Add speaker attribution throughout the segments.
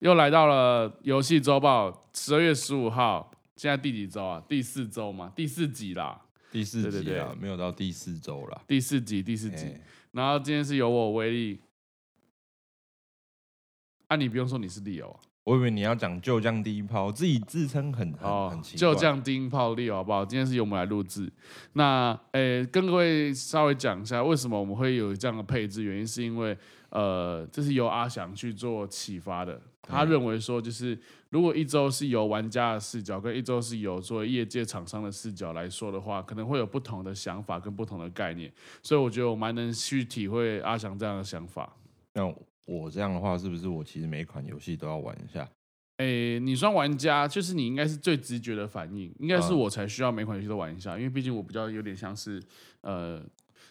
Speaker 1: 又来到了游戏周报，十二月十五号，现在第几周啊？第四周嘛，第四集啦，
Speaker 2: 第四集
Speaker 1: 对
Speaker 2: 啦，
Speaker 1: 对对
Speaker 2: 没有到第四周啦。
Speaker 1: 第四集，第四集。
Speaker 2: 哎
Speaker 1: 然后今天是由我威力，啊，你不用说你是利友
Speaker 2: 我以为你要讲就降低抛，自己自称很很、
Speaker 1: 哦
Speaker 2: 很，奇怪。
Speaker 1: 就这样丁炮利友好不好？今天是由我们来录制。那诶，跟各位稍微讲一下，为什么我们会有这样的配置？原因是因为呃，这是由阿翔去做启发的。他
Speaker 2: 嗯
Speaker 1: 认为说，就是如果一周是由玩家的视角，跟一周是由作为业界厂商的视角来说的话，可能会有不同的想法跟不同的概念。所以我觉得我蛮能去体会阿翔这样的想法。
Speaker 2: 那我这样的话，是不是我其实每一款游戏都要玩一下？
Speaker 1: 诶，你算玩家，就是你应该是最直觉的反应，应该是
Speaker 2: 嗯
Speaker 1: 我才需要每款游戏都玩一下，因为毕竟我比较有点像是，呃，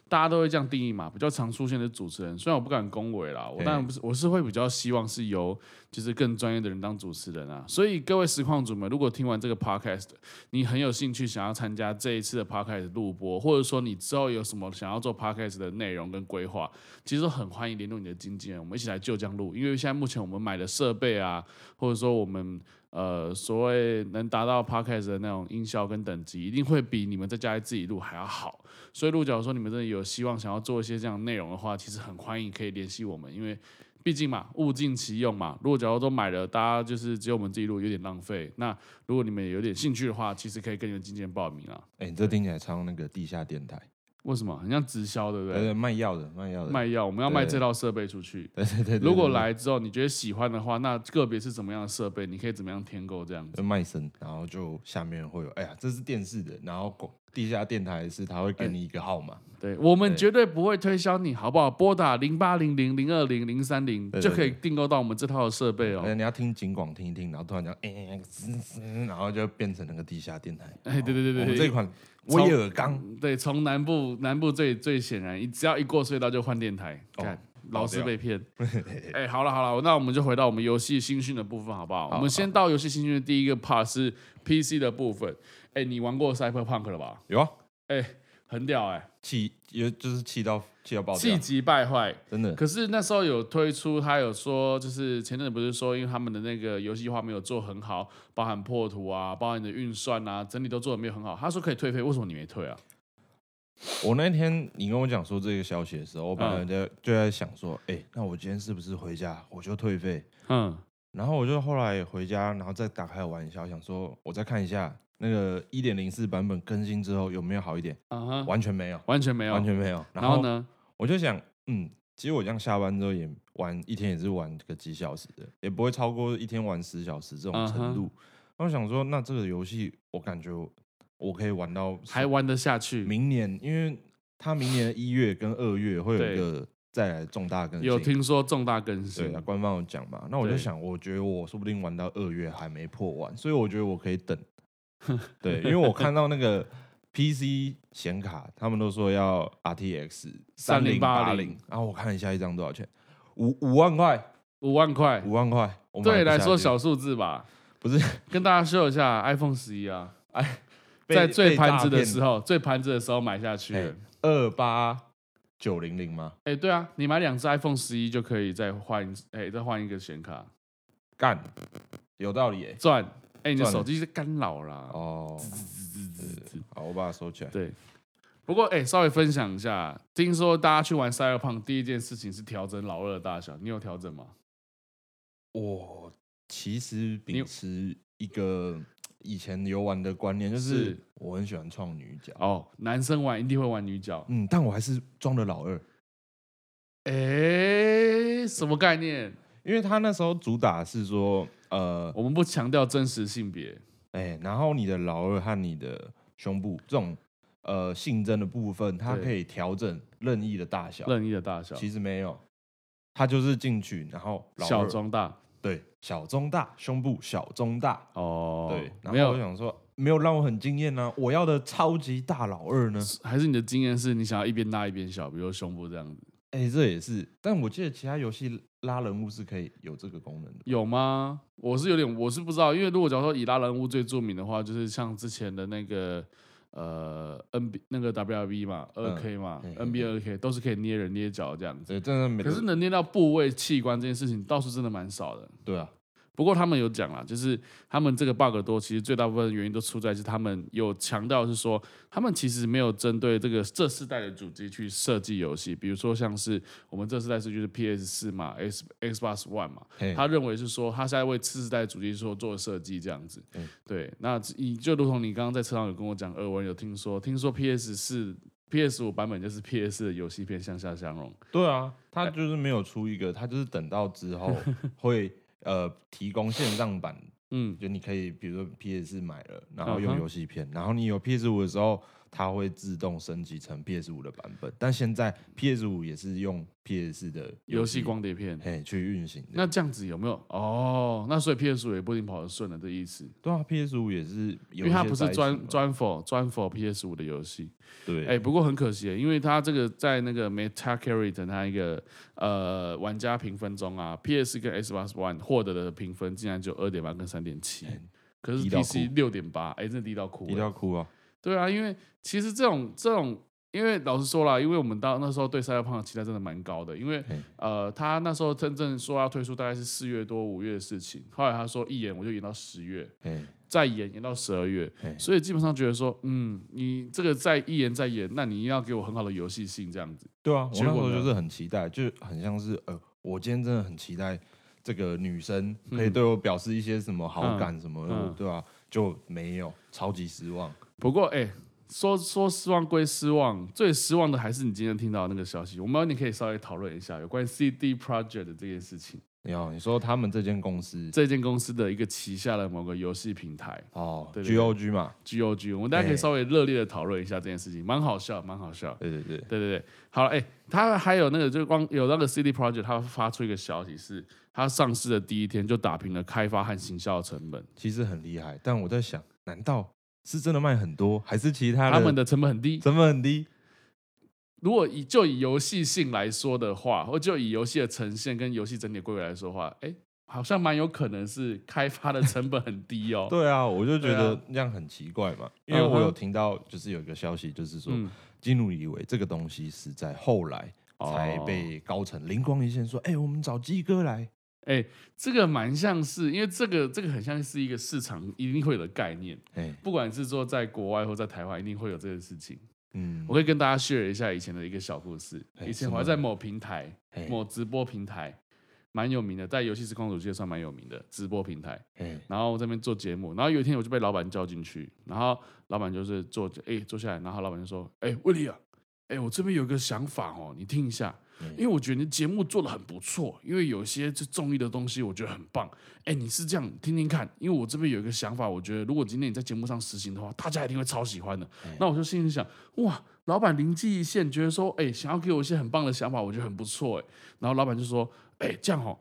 Speaker 1: 大家都会这样定义嘛，比较常出现的主持人。虽然我不敢恭维啦，我当然
Speaker 2: 嘿
Speaker 1: 不是，我是会比较希望是由就是更专业的人当主持人啊。所以各位实况主们，如果听完这个 podcast，你很有兴趣想要参加这一次的 podcast 录播，或者说你之后有什么想要做 podcast 的内容跟规划，其实都很欢迎联络你的经纪人，我们一起来就这样录。因为现在目前我们买的设备啊，或者说我们呃所谓能达到 podcast 的那种音效跟等级，一定会比你们在家里自己录还要好。所以，如果假如说你们真的有希望想要做一些这样的内容的话，其实很欢迎可以联系我们，因为毕竟嘛，物尽其用嘛。如果假如都买了，大家就是只有我们自己录，有点浪费。那如果你们有点兴趣的话，其实可以跟你们经纪人报名啊。
Speaker 2: 哎、你这听起来超像那个地下电台，
Speaker 1: 为什么？很像直销，对不
Speaker 2: 对
Speaker 1: 对？
Speaker 2: 对，卖药的，卖药的，
Speaker 1: 卖药，我们要卖
Speaker 2: 对
Speaker 1: 这套设备出去。
Speaker 2: 对对对对，
Speaker 1: 如果
Speaker 2: 对，
Speaker 1: 来之后你觉得喜欢的话，那个别是怎么样的设备，你可以怎么样添购这样子。
Speaker 2: 就卖身，呃然后就下面会有，哎呀，这是电视的，然后广地下电台是他会给你一个号码，
Speaker 1: 对我们
Speaker 2: 对
Speaker 1: 绝对不会推销你，好不好？拨打零八零零零二零零三零
Speaker 2: 对对
Speaker 1: 就可以订购到我们这套的设备
Speaker 2: 哎，
Speaker 1: 哦。
Speaker 2: 你要听警广听一听，然后突然讲，哎、哎哎嘶嘶然后就变成那个地下电台。哦
Speaker 1: 哎，对对对对，
Speaker 2: 我们
Speaker 1: 对
Speaker 2: 这款
Speaker 1: 从
Speaker 2: 威尔刚，
Speaker 1: 对，从南部南部最最显然，一只要一过隧道就换电台，
Speaker 2: 哦
Speaker 1: 看、老是
Speaker 2: 爆掉
Speaker 1: 被 骗。哎、好了好了，那我们就回到我们游戏新讯的部分好不好？
Speaker 2: 好
Speaker 1: 我们先到游戏新讯的第一个 part 是 PC 的部分。哎、你玩过 Cyberpunk 了吧？
Speaker 2: 有啊，
Speaker 1: 哎、很屌哎、
Speaker 2: 气有就是气到气到爆
Speaker 1: 气
Speaker 2: 掉，
Speaker 1: 急败坏。
Speaker 2: 真的。
Speaker 1: 可是那时候有推出，他有说，就是前阵子不是说，因为他们的那个游戏化没有做很好，包含破图啊，包含你的运算啊，整体都做的没有很好。他说可以退费，为什么你没退啊？
Speaker 2: 我那天你跟我讲说这个消息的时候，我本
Speaker 1: 嗯
Speaker 2: 来在就在想说，哎、那我今天是不是回家我就退费？
Speaker 1: 嗯，
Speaker 2: 然后我就后来回家，然后再打开玩笑，想说我再看一下那个一点零四版本更新之后有没有好一点，
Speaker 1: 啊哈，
Speaker 2: 完全没有，
Speaker 1: 完全没有，
Speaker 2: 完全没有。
Speaker 1: 然后？呢？
Speaker 2: 我就想，嗯，其实我这样下班之后也玩一天，也是玩个几小时的，也不会超过一天玩十小时这
Speaker 1: 嗯
Speaker 2: 种程度。那我想说，那这个游戏我感觉我可以玩到
Speaker 1: 还玩得下去？
Speaker 2: 明年，因为它明年的一月跟二月会有
Speaker 1: 对
Speaker 2: 一个再来重大更新。
Speaker 1: 有听说重大更新
Speaker 2: 对啊，官方有讲嘛，那我就
Speaker 1: 对
Speaker 2: 想，我觉得我说不定玩到二月还没破完，所以我觉得我可 以等。对，因为我看到那个 PC 显卡，他们都说要 RTX 三零八
Speaker 1: 3080
Speaker 2: 零，然后我看一下一张多少钱，五五万块，
Speaker 1: 五万块，
Speaker 2: 五万块，Oh 我买
Speaker 1: 对
Speaker 2: 不
Speaker 1: 来
Speaker 2: 下
Speaker 1: 说
Speaker 2: 去
Speaker 1: 小数字吧。
Speaker 2: 不是
Speaker 1: 跟大家秀一下 iPhone 十一啊，
Speaker 2: 被
Speaker 1: 在最盘子的
Speaker 2: 被
Speaker 1: 时候，最盘子的时候买下去了
Speaker 2: 哎。二八九零零吗？
Speaker 1: 哎，对啊，你买两只 iPhone 十一就可以再换一，哎，再换一个显卡，
Speaker 2: 干，有道理耶、
Speaker 1: 赚。哎，你的
Speaker 2: 赚了
Speaker 1: 手机是干扰啦。
Speaker 2: 哦，呃好，我把它收起来。
Speaker 1: 对。不过，哎、稍微分享一下，听说大家去玩赛尔胖，第一件事情是调整老二的大小，你有调整吗？
Speaker 2: 我其实
Speaker 1: 你
Speaker 2: 秉持一个以前游玩的观念，就是
Speaker 1: 是
Speaker 2: 我很喜欢创女角，
Speaker 1: 哦，男生玩一定会玩女角，
Speaker 2: 嗯，但我还是装了老二，
Speaker 1: 哎、什么概念？
Speaker 2: 因为他那时候主打是说，呃，
Speaker 1: 我们不强调真实性别，
Speaker 2: 哎、然后你的老二和你的胸部这种呃性征的部分，它
Speaker 1: 对
Speaker 2: 可以调整任意的大小，
Speaker 1: 任意的大小，
Speaker 2: 其实没有，它就是进去，然后老
Speaker 1: 小
Speaker 2: 二
Speaker 1: 中大。
Speaker 2: 对小中大胸部小中大。
Speaker 1: 哦，
Speaker 2: 对，
Speaker 1: 没
Speaker 2: 然后我
Speaker 1: 有，
Speaker 2: 想说，没有让我很惊艳呢、啊我要的超级大老二呢，
Speaker 1: 还是你的经验是你想要一边大一边小，比如说胸部这样子，
Speaker 2: 哎、这也是，但我记得其他游戏拉人物是可以有这个功能的。
Speaker 1: 有吗？我是有点，我是不知道，因为如果假如说以拉人物最著名的话，就是像之前的那个。呃，N B 那个 W B 嘛，二 K 嘛
Speaker 2: 嗯嘿嘿
Speaker 1: ，N B 二 K 都是可以捏人捏脚这样子。
Speaker 2: 对，真的没。
Speaker 1: 可是能捏到部位器官这件事情，倒是真的蛮少的。
Speaker 2: 对啊，
Speaker 1: 不过他们有讲啦，就是他们这个 bug 多，其实最大部分原因都出在是他们有强调是说，他们其实没有针对这个这世代的主机去设计游戏，比如说像是我们这世代是就是 PS 四嘛，X Xbox One 嘛，
Speaker 2: 嘿
Speaker 1: 他认为是说他是在为次世代主机说做设计这样子
Speaker 2: 嗯。
Speaker 1: 对，那你就如同你刚刚在车上有跟我讲，耳闻有听说，听说 PS 四。PS 五版本就是 PS 的游戏片向下相容，
Speaker 2: 对啊，他就是没有出一个，他就是等到之 后会呃提供线上版，
Speaker 1: 嗯，
Speaker 2: 就你可以比如说 PS 买了，然后用
Speaker 1: 嗯哼
Speaker 2: 游戏片，然后你有 PS 五的时候，它会自动升级成 PS 五的版本。但现在 PS 五也是用 PS 的
Speaker 1: 游戏光碟片。
Speaker 2: 嘿去运行的。
Speaker 1: 那这样子有没有？哦，那所以 PS 五也不一定跑得顺了的意思，
Speaker 2: 对啊，PS 五也是
Speaker 1: 因
Speaker 2: 有
Speaker 1: 为
Speaker 2: 一些在一起嘛，
Speaker 1: 它不是专专否专否 PS 五的游戏。
Speaker 2: 对，
Speaker 1: 哎、不过很可惜耶，因为它这个在那个 Metacritic 的它一个呃玩家评分中啊，PS 跟 Xbox One 获得的评分竟然就二点八跟三点七
Speaker 2: 哎，
Speaker 1: 可是
Speaker 2: 低到哭
Speaker 1: PC 六点八，哎，真的低到哭
Speaker 2: 一定
Speaker 1: 了。
Speaker 2: 要哭啊！
Speaker 1: 对啊，因为其实这种这种。因为老实说啦，因为我们到那时候对赛博朋克期待真的蛮高的，因为
Speaker 2: 嘿
Speaker 1: 呃，他那时候真正说要推出大概是四月多五月的事情，后来他说一延我就延到十月，
Speaker 2: 嘿
Speaker 1: 再延延到十二月，
Speaker 2: 嘿
Speaker 1: 所以基本上觉得说，嗯，你这个再一延再延，那你一定要给我很好的游戏性这样子。
Speaker 2: 对啊，我
Speaker 1: 结
Speaker 2: 那时
Speaker 1: 果
Speaker 2: 候
Speaker 1: 呢
Speaker 2: 就是很期待，就很像是呃，我今天真的很期待这个女生可以
Speaker 1: 嗯
Speaker 2: 对我表示一些什么好
Speaker 1: 嗯
Speaker 2: 感什么的，
Speaker 1: 嗯
Speaker 2: 对吧、啊就没有，超级失望。
Speaker 1: 不过，哎、说说失望归失望，最失望的还是你今天听到的那个消息。我们你可以稍微讨论一下有关于 CD Project 的这件事情，
Speaker 2: 你好，你说他们这间公司
Speaker 1: 这间公司的一个旗下的某个游戏平台
Speaker 2: 哦
Speaker 1: 对对对
Speaker 2: ，GOG 嘛，
Speaker 1: GOG，我们大家可以
Speaker 2: 哎
Speaker 1: 稍微热烈的讨论一下这件事情，蛮好笑，蛮好笑。
Speaker 2: 对对对，
Speaker 1: 对对对，好了，哎、他还有那个，就是光有那个 CD Project，他发出一个消息是，他上市的第一天就打平了开发和行销的成本，
Speaker 2: 其实很厉害，但我在想，难道是真的卖很多，还是其他
Speaker 1: 他们
Speaker 2: 的
Speaker 1: 的成本很低。
Speaker 2: 成本很低？
Speaker 1: 如果以就以游戏性来说的话，或就以游戏的呈现跟游戏整体规格来说的话，哎、好像蛮有可能是开发的成本很低哦。
Speaker 2: 对啊，我就觉
Speaker 1: 对啊
Speaker 2: 得这样很奇怪嘛，因为
Speaker 1: 嗯
Speaker 2: 我
Speaker 1: 哼
Speaker 2: 有听到就是有一个消息，就是说
Speaker 1: 嗯，
Speaker 2: 基努里维这个东西是在后来
Speaker 1: 哦
Speaker 2: 才被高层灵光一现说，哎、我们找鸡哥来。
Speaker 1: 哎这个蛮像是，因为这个这个很像是一个市场一定会有的概念，
Speaker 2: 哎、
Speaker 1: 不管是说在国外或在台湾，一定会有这件事情。
Speaker 2: 嗯
Speaker 1: 我可以跟大家 share 一下以前的一个小故事。
Speaker 2: 哎
Speaker 1: 以前我还
Speaker 2: 什么
Speaker 1: 在某平台、
Speaker 2: 哎
Speaker 1: 某直播平台，蛮有名的，在游戏时空主界算蛮有名的直播平台。
Speaker 2: 哎
Speaker 1: 然后我这边做节目，然后有一天我就被老板叫进去，然后老板就是坐哎、坐下来，然后老板就说：“哎、威利啊，哎、我这边有个想法哦，你听一下。”因为我觉得你节目做的很不错，因为有些这综艺的东西我觉得很棒。哎，你是这样听听看，因为我这边有一个想法，我觉得如果今天你在节目上实行的话，大家一定会超喜欢的。那我就心里想，哇，老板灵机一现，觉得说，哎，想要给我一些很棒的想法，我觉得很不错，哎。然后老板就说，哎，这样哦，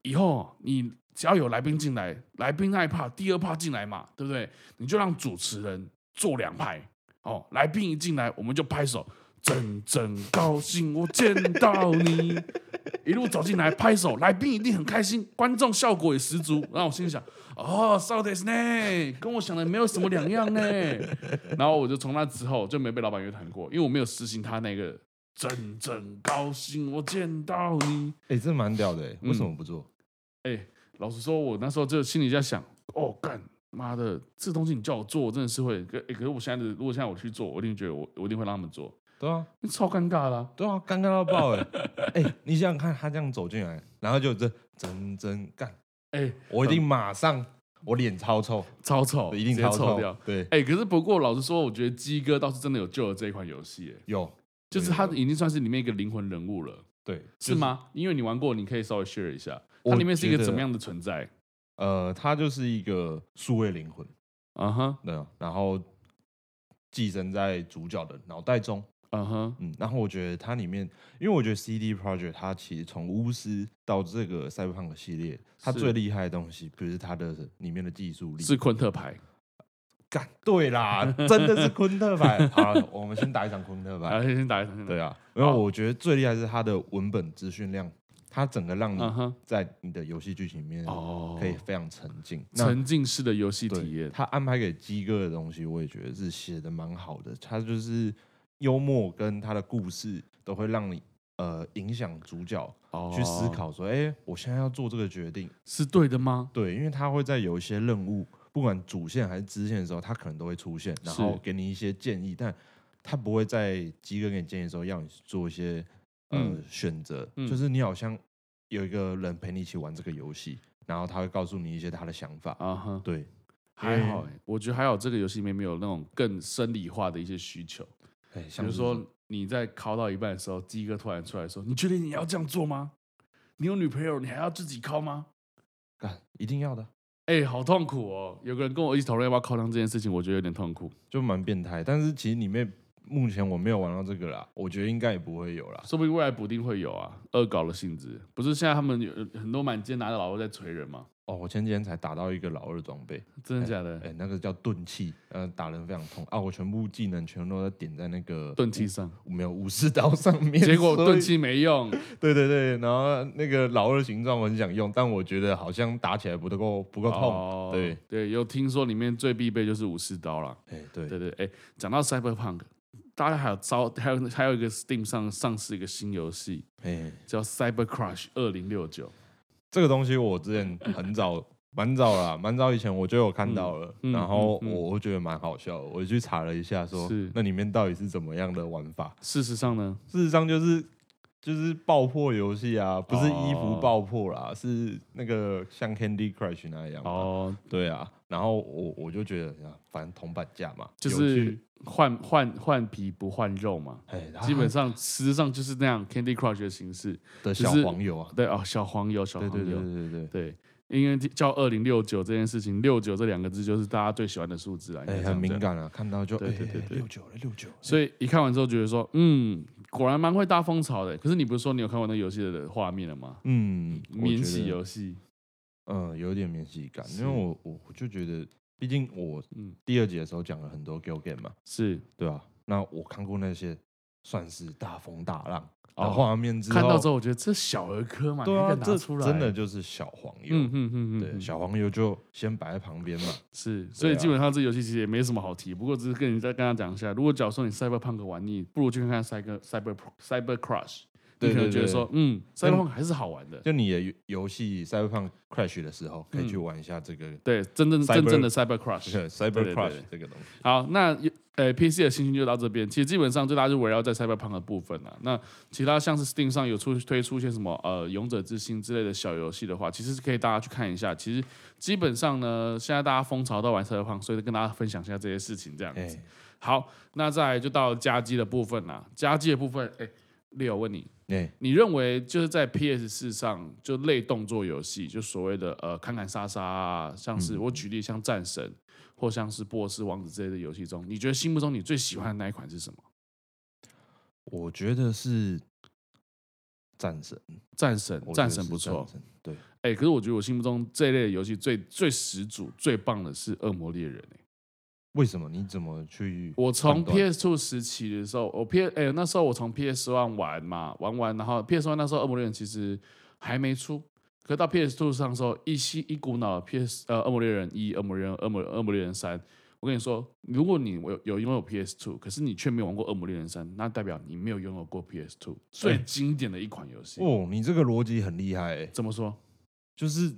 Speaker 1: 以后哦你只要有来宾进来，来宾那一趴、第二趴进来嘛，对不对？你就让主持人做两派哦，来宾一进来我们就拍手，真真高兴我见到你， 一路走进来拍手，来宾一定很开心，观众效果也十足。然后我心里想，哦 s o t h i s 呢，跟我想的没有什么两样呢。 然后我就从那之后就没被老板约谈过，因为我没有实行他那个。真真高兴我见到你，
Speaker 2: 哎，这蛮屌的、欸，
Speaker 1: 嗯
Speaker 2: 为什么不做？
Speaker 1: 老实说，我那时候就心里在想，哦，干妈的，这东西你叫我做，我真的是会。可、欸可是我现在的，如果现在我去做，我一定觉得我我一定会让他们做，
Speaker 2: 对啊，
Speaker 1: 那超尴尬啦、
Speaker 2: 对啊，尴尬到爆哎、 欸！哎、你想想看，他这样走进来，然后就这真真干，
Speaker 1: 哎、
Speaker 2: 我一定马上，我脸超臭，
Speaker 1: 超丑，
Speaker 2: 一定
Speaker 1: 哦直接
Speaker 2: 超
Speaker 1: 臭
Speaker 2: 臭
Speaker 1: 掉。。
Speaker 2: 对，
Speaker 1: 哎、可是不过老实说，我觉得鸡哥倒是真的有救了这一款游戏、哎，
Speaker 2: 有，
Speaker 1: 就是
Speaker 2: 有
Speaker 1: 他
Speaker 2: 有有
Speaker 1: 已经算是里面一个灵魂人物了，
Speaker 2: 对，
Speaker 1: 是？吗？因为你玩过，你可以稍微 share 一下，它
Speaker 2: 我
Speaker 1: 里面是一
Speaker 2: 觉
Speaker 1: 个
Speaker 2: 得
Speaker 1: 怎么样的存在？
Speaker 2: 呃，他就是一个数位灵魂，
Speaker 1: 啊哈，
Speaker 2: 对啊，然后寄生在主角的脑袋中。
Speaker 1: 啊哈，
Speaker 2: 嗯，然后我觉得它里面，因为我觉得 CD Project 它其实从巫师到这个赛博朋克系列，它
Speaker 1: 是
Speaker 2: 最厉害的东西，不是它的里面的技术力。
Speaker 1: 是昆特牌。
Speaker 2: 干对啦，真的是昆特牌。好了，我们先打一场昆特
Speaker 1: 啊，
Speaker 2: 牌。
Speaker 1: 先打一场，先打一
Speaker 2: 对
Speaker 1: 场。
Speaker 2: 啊，然后我觉得最厉害是它的文本资讯量，它整个让
Speaker 1: 啊
Speaker 2: 你
Speaker 1: 哈，
Speaker 2: 在你的游戏剧情里面
Speaker 1: 哦，
Speaker 2: 嗯可以非常沉浸。那
Speaker 1: 沉浸式的游戏
Speaker 2: 对
Speaker 1: 体验。
Speaker 2: 他安排给鸡哥的东西，我也觉得是写的蛮好的。他就是幽默跟他的故事都会让你呃影响主角
Speaker 1: 哦
Speaker 2: 去思考说，哎、我现在要做这个决定，
Speaker 1: 是对的吗？
Speaker 2: 对，因为他会在有一些任务，不管主线还是支线的时候，他可能都会出现，然后
Speaker 1: 是
Speaker 2: 给你一些建议，但他不会在鸡哥给你建议的时候要你做一些呃、
Speaker 1: 嗯
Speaker 2: 选择，
Speaker 1: 嗯
Speaker 2: 就是你好像有一个人陪你一起玩这个游戏，然后他会告诉你一些他的想法。
Speaker 1: 啊哈，
Speaker 2: 对，
Speaker 1: 还好
Speaker 2: 因为
Speaker 1: 哎、我觉得还好，这个游戏里面没有那种更生理化的一些需求，
Speaker 2: 哎，
Speaker 1: 比
Speaker 2: 像
Speaker 1: 如
Speaker 2: 是
Speaker 1: 说你在考到一半的时候，鸡哥突然出来说：“你确定你要这样做吗？你有女朋友，你还要自己考吗
Speaker 2: 干一定要的，？”啊
Speaker 1: 哎、好痛苦哦！有个人跟我一起讨论要不要考上这件事情，我觉得有点痛苦。
Speaker 2: 就蛮变态。但是其实里面目前我没有玩到这个啦，我觉得应该也不会有啦。
Speaker 1: 说不定未来补丁会有啊，恶搞的性质。不是现在他们有很多满街拿着老二在锤人吗？
Speaker 2: 哦，我前几天才打到一个老二装备，
Speaker 1: 真的假的？
Speaker 2: 哎、那个叫钝器，呃，打人非常痛啊！我全部技能全都在点在那个
Speaker 1: 钝器上，
Speaker 2: 武，没有武士刀上面。
Speaker 1: 结果
Speaker 2: 所以
Speaker 1: 钝，器没用，
Speaker 2: 对对对，然后那个老二形状我很想用，但我觉得好像打起来不够不 够痛。
Speaker 1: 哦
Speaker 2: 对
Speaker 1: 对，有听说里面最必备就是武士刀啦。
Speaker 2: 哎、对
Speaker 1: 对对，哎，讲到 Cyberpunk，大家还有招，还有还有一个 Steam 上上市一个新游戏
Speaker 2: 哎、
Speaker 1: 叫 Cyber Crush 二零六九，
Speaker 2: 这个东西我之前很早。蛮早啦，蛮早以前我就有看到了，
Speaker 1: 嗯嗯
Speaker 2: 然后
Speaker 1: 嗯嗯
Speaker 2: 我我觉得蛮好笑的，我就去查了一下说
Speaker 1: 是
Speaker 2: 那里面到底是怎么样的玩法。
Speaker 1: 事实上呢，
Speaker 2: 事实上就是就是爆破游戏啊，不是衣
Speaker 1: 哦
Speaker 2: 服爆破啦，是那个像 Candy Crush 那样。哦，
Speaker 1: 哦，
Speaker 2: 对啊，然后我我就觉得，啊反正铜板价嘛，
Speaker 1: 就
Speaker 2: 有
Speaker 1: 是
Speaker 2: 趣
Speaker 1: 换换换皮不换肉嘛，
Speaker 2: 哎，
Speaker 1: 基本
Speaker 2: 上
Speaker 1: 上事实上就是那样 Candy Crush 的形式。
Speaker 2: 的
Speaker 1: 只
Speaker 2: 小
Speaker 1: 是
Speaker 2: 黄油啊，
Speaker 1: 对哦，小黄油，小
Speaker 2: 对
Speaker 1: 黄
Speaker 2: 对对
Speaker 1: 油，
Speaker 2: 对对
Speaker 1: 对。因为叫二零六九这件事情，六九这两个字就是大家最喜欢的数字啊，应
Speaker 2: 对，
Speaker 1: 该
Speaker 2: 哎，
Speaker 1: 这样
Speaker 2: 很敏
Speaker 1: 讲。
Speaker 2: 感啊，看到就
Speaker 1: 对对
Speaker 2: 哎
Speaker 1: 对对
Speaker 2: 六九了，六九了，
Speaker 1: 所以一看完之后觉得说，嗯，果然蛮会搭风潮的。可是你不是说你有看过那游戏的画面了吗？
Speaker 2: 嗯，我
Speaker 1: 免
Speaker 2: 觉
Speaker 1: 洗
Speaker 2: 得
Speaker 1: 游戏，
Speaker 2: 嗯，有一点免洗感，因
Speaker 1: 是
Speaker 2: 为我我我就觉得，毕竟我
Speaker 1: 嗯，
Speaker 2: 第二集的时候讲了很多 g i l game 嘛，
Speaker 1: 是
Speaker 2: 对啊，那我看过那些算是大风大浪的
Speaker 1: 哦
Speaker 2: 画面之后，
Speaker 1: 看到之后，我觉得这小儿科嘛，
Speaker 2: 对
Speaker 1: 你
Speaker 2: 啊，
Speaker 1: 还敢
Speaker 2: 这
Speaker 1: 拿出来，
Speaker 2: 真的，就是小黄油。
Speaker 1: 嗯嗯嗯嗯，
Speaker 2: 对，小黄油就先摆在旁边嘛。
Speaker 1: 是，所以
Speaker 2: 对啊
Speaker 1: 基本上这游戏其实也没什么好提，不过只是跟你再跟他讲一下，如果假如说你 Cyberpunk 玩腻，不如去看看 Cyber Cyber Cyber Crush，你
Speaker 2: 对
Speaker 1: 可能
Speaker 2: 对
Speaker 1: 觉得
Speaker 2: 对哎
Speaker 1: 说，嗯，Cyberpunk 还是好玩的，
Speaker 2: 就你的游戏 Cyberpunk Crash 的时候，可以去玩一下 这个、
Speaker 1: 对，真正
Speaker 2: Cyber-
Speaker 1: 真正的 Cyber
Speaker 2: 这
Speaker 1: Crush。
Speaker 2: 个
Speaker 1: 嗯对
Speaker 2: Cyber
Speaker 1: 对
Speaker 2: Crash 这个东西。
Speaker 1: 好，那呃 PC 的新兴就到这边，其实基本上就大家就围绕在 Cyberpunk 的部分了。那其他像是 Steam 上有出推出一些什么呃勇者之心之类的小游戏的话，其实是可以大家去看一下。其实基本上呢，现在大家风潮到玩 Cyberpunk，所以跟大家分享一下这些事情这样
Speaker 2: 哎、
Speaker 1: 子。好，那再来就到加机的部分啦。加机的部分，哎、六，我问你，
Speaker 2: 哎、
Speaker 1: 你认为就是在 PS 四上就类动作游戏，就所谓的呃砍砍杀杀啊，像
Speaker 2: 嗯
Speaker 1: 是、我举例像战神或像是波斯王子之类的游戏中，你觉得心目中你最喜欢的那一款是什么？
Speaker 2: 我觉得是战神，
Speaker 1: 战神
Speaker 2: 我，觉
Speaker 1: 战
Speaker 2: 得
Speaker 1: 神
Speaker 2: 是
Speaker 1: 不错
Speaker 2: 战。神。对，
Speaker 1: 哎、可是我觉得我心目中这一类的游戏最最始祖、最棒的是《恶魔猎人、欸》
Speaker 2: 为什么？你怎么去？
Speaker 1: 我从
Speaker 2: 判断
Speaker 1: PS Two 时期的时候，我 P 哎、那时候我从 PS One 玩嘛，玩完然后 PS One 那时候《恶魔猎人》其实还没出，可到 PS Two 上的时候，一吸一股脑 PS 呃《恶魔猎人一》《恶魔猎人》《恶魔恶魔猎人三》。我跟你说，如果你有有拥有 PS Two，可是你却没有玩过《恶魔猎人三》，那代表你没有拥有过 PS Two 最经典的一款游戏。
Speaker 2: 哎哦，你这个逻辑很厉害、哎
Speaker 1: 怎么说？
Speaker 2: 就是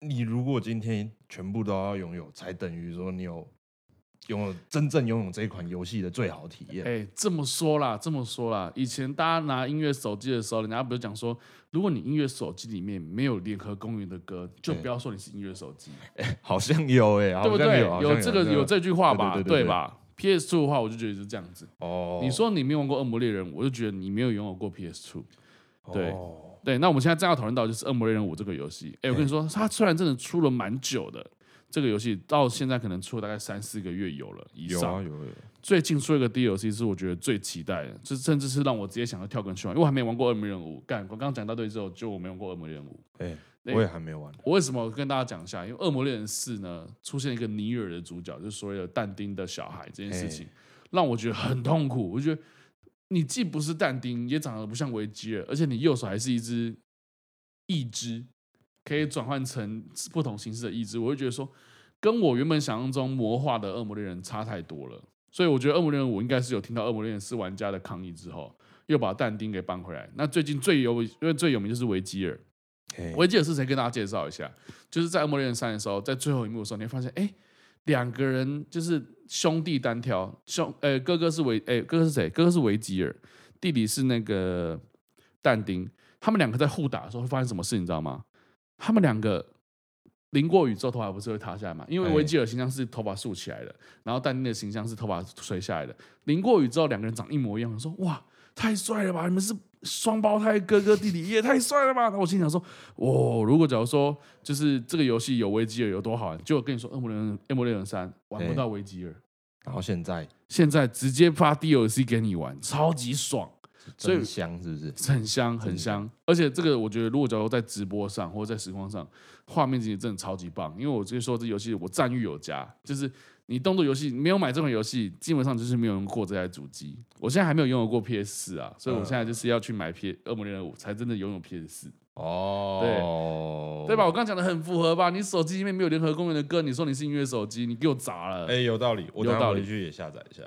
Speaker 2: 你如果今天全部都要拥有，才等于说你有拥有真正拥有这一款游戏的最好体验。
Speaker 1: 哎，这么说啦，这么说啦。以前大家拿音乐手机的时候，人家不是讲说，如果你音乐手机里面没有联合公园的歌，就
Speaker 2: 对
Speaker 1: 不要说你是音乐手机，
Speaker 2: 好像有哎、
Speaker 1: 对
Speaker 2: 好
Speaker 1: 不
Speaker 2: 像
Speaker 1: 对？
Speaker 2: 有好像
Speaker 1: 这个有这句话吧，
Speaker 2: 对对对对对
Speaker 1: 吧？PS Two 的话，我就觉得是这样子。
Speaker 2: 哦，
Speaker 1: 你说你没有玩过《恶魔猎人》，我就觉得你没有拥有过 PS Two。对
Speaker 2: 哦
Speaker 1: 对，那我们现在正要讨论到就是《恶魔猎人五》这个游戏。哎，我跟你说，它虽然真的出了蛮久的，这个游戏到现在可能出了大概三四个月有了以
Speaker 2: 有
Speaker 1: 上。
Speaker 2: 啊有有，
Speaker 1: 最近出了一个 DLC 是我觉得最期待的，这甚至是让我直接想要跳坑去玩，因为我还没玩过《恶魔任务》。干，我刚刚讲到对之后，就我没玩过《恶魔任务》。
Speaker 2: 哎、
Speaker 1: 对
Speaker 2: 我也还没玩。
Speaker 1: 我为什么跟大家讲一下？因为《恶魔猎人四》呢，出现一个尼尔的主角，就是所谓的但丁的小孩这件事情，让我觉得很痛苦。我就觉得你既不是但丁，也长得不像维吉尔，而且你右手还是一只义肢，可以转换成不同形式的义肢，我会觉得说，跟我原本想象中魔化的《恶魔猎人》差太多了。所以我觉得《恶魔猎人五》应该是有听到《恶魔猎人四》玩家的抗议之后，又把但丁给扳回来。那最近最有因为最有名就是维吉尔，
Speaker 2: 嘿
Speaker 1: 维吉尔是谁？跟大家介绍一下，就是在《恶魔猎人三》的时候，在最后一幕的时候，你会发现，哎，两个人就是兄弟单挑，兄呃哥哥是维哎哥哥是谁？哥哥是维吉尔，弟弟是那个但丁。他们两个在互打的时候会发生什么事？你知道吗？他们两个淋过雨之后，头发不是会塌下来嘛？因为维吉尔形象是头发竖起来的，然后但丁的形象是头发垂下来的。淋过雨之后，两个人长一模一样。我说哇，太帅了吧！你们是双胞胎哥哥弟弟，也太帅了吧！然后我心想说，哇、如果假如说就是这个游戏有维吉尔有多好玩，就我跟你说，《恶魔猎人》《恶魔猎人三》玩不
Speaker 2: 对
Speaker 1: 到维吉尔，
Speaker 2: 然后现在
Speaker 1: 现在直接发 DLC 给你玩，超级爽。所以
Speaker 2: 真香是不是？
Speaker 1: 很香，很
Speaker 2: 真
Speaker 1: 香。而且这个我觉得，如果假如在直播上或者在实况上，画面其实真的超级棒。因为我直接说这游戏我赞誉有加，就是你动作游戏没有买这款游戏，基本上就是没有人过这台主机。我现在还没有拥有过 PS 四啊，所以我现在就是要去买 P《恶魔猎人五》才真的拥有 PS 四，
Speaker 2: 哦，
Speaker 1: 对吧？？我刚讲的很符合吧？你手机里面没有联合公园的歌，你说你是音乐手机，你给我砸了。
Speaker 2: 哎，有道理，我
Speaker 1: 有
Speaker 2: 等下
Speaker 1: 道
Speaker 2: 回
Speaker 1: 理
Speaker 2: 去也下载一下。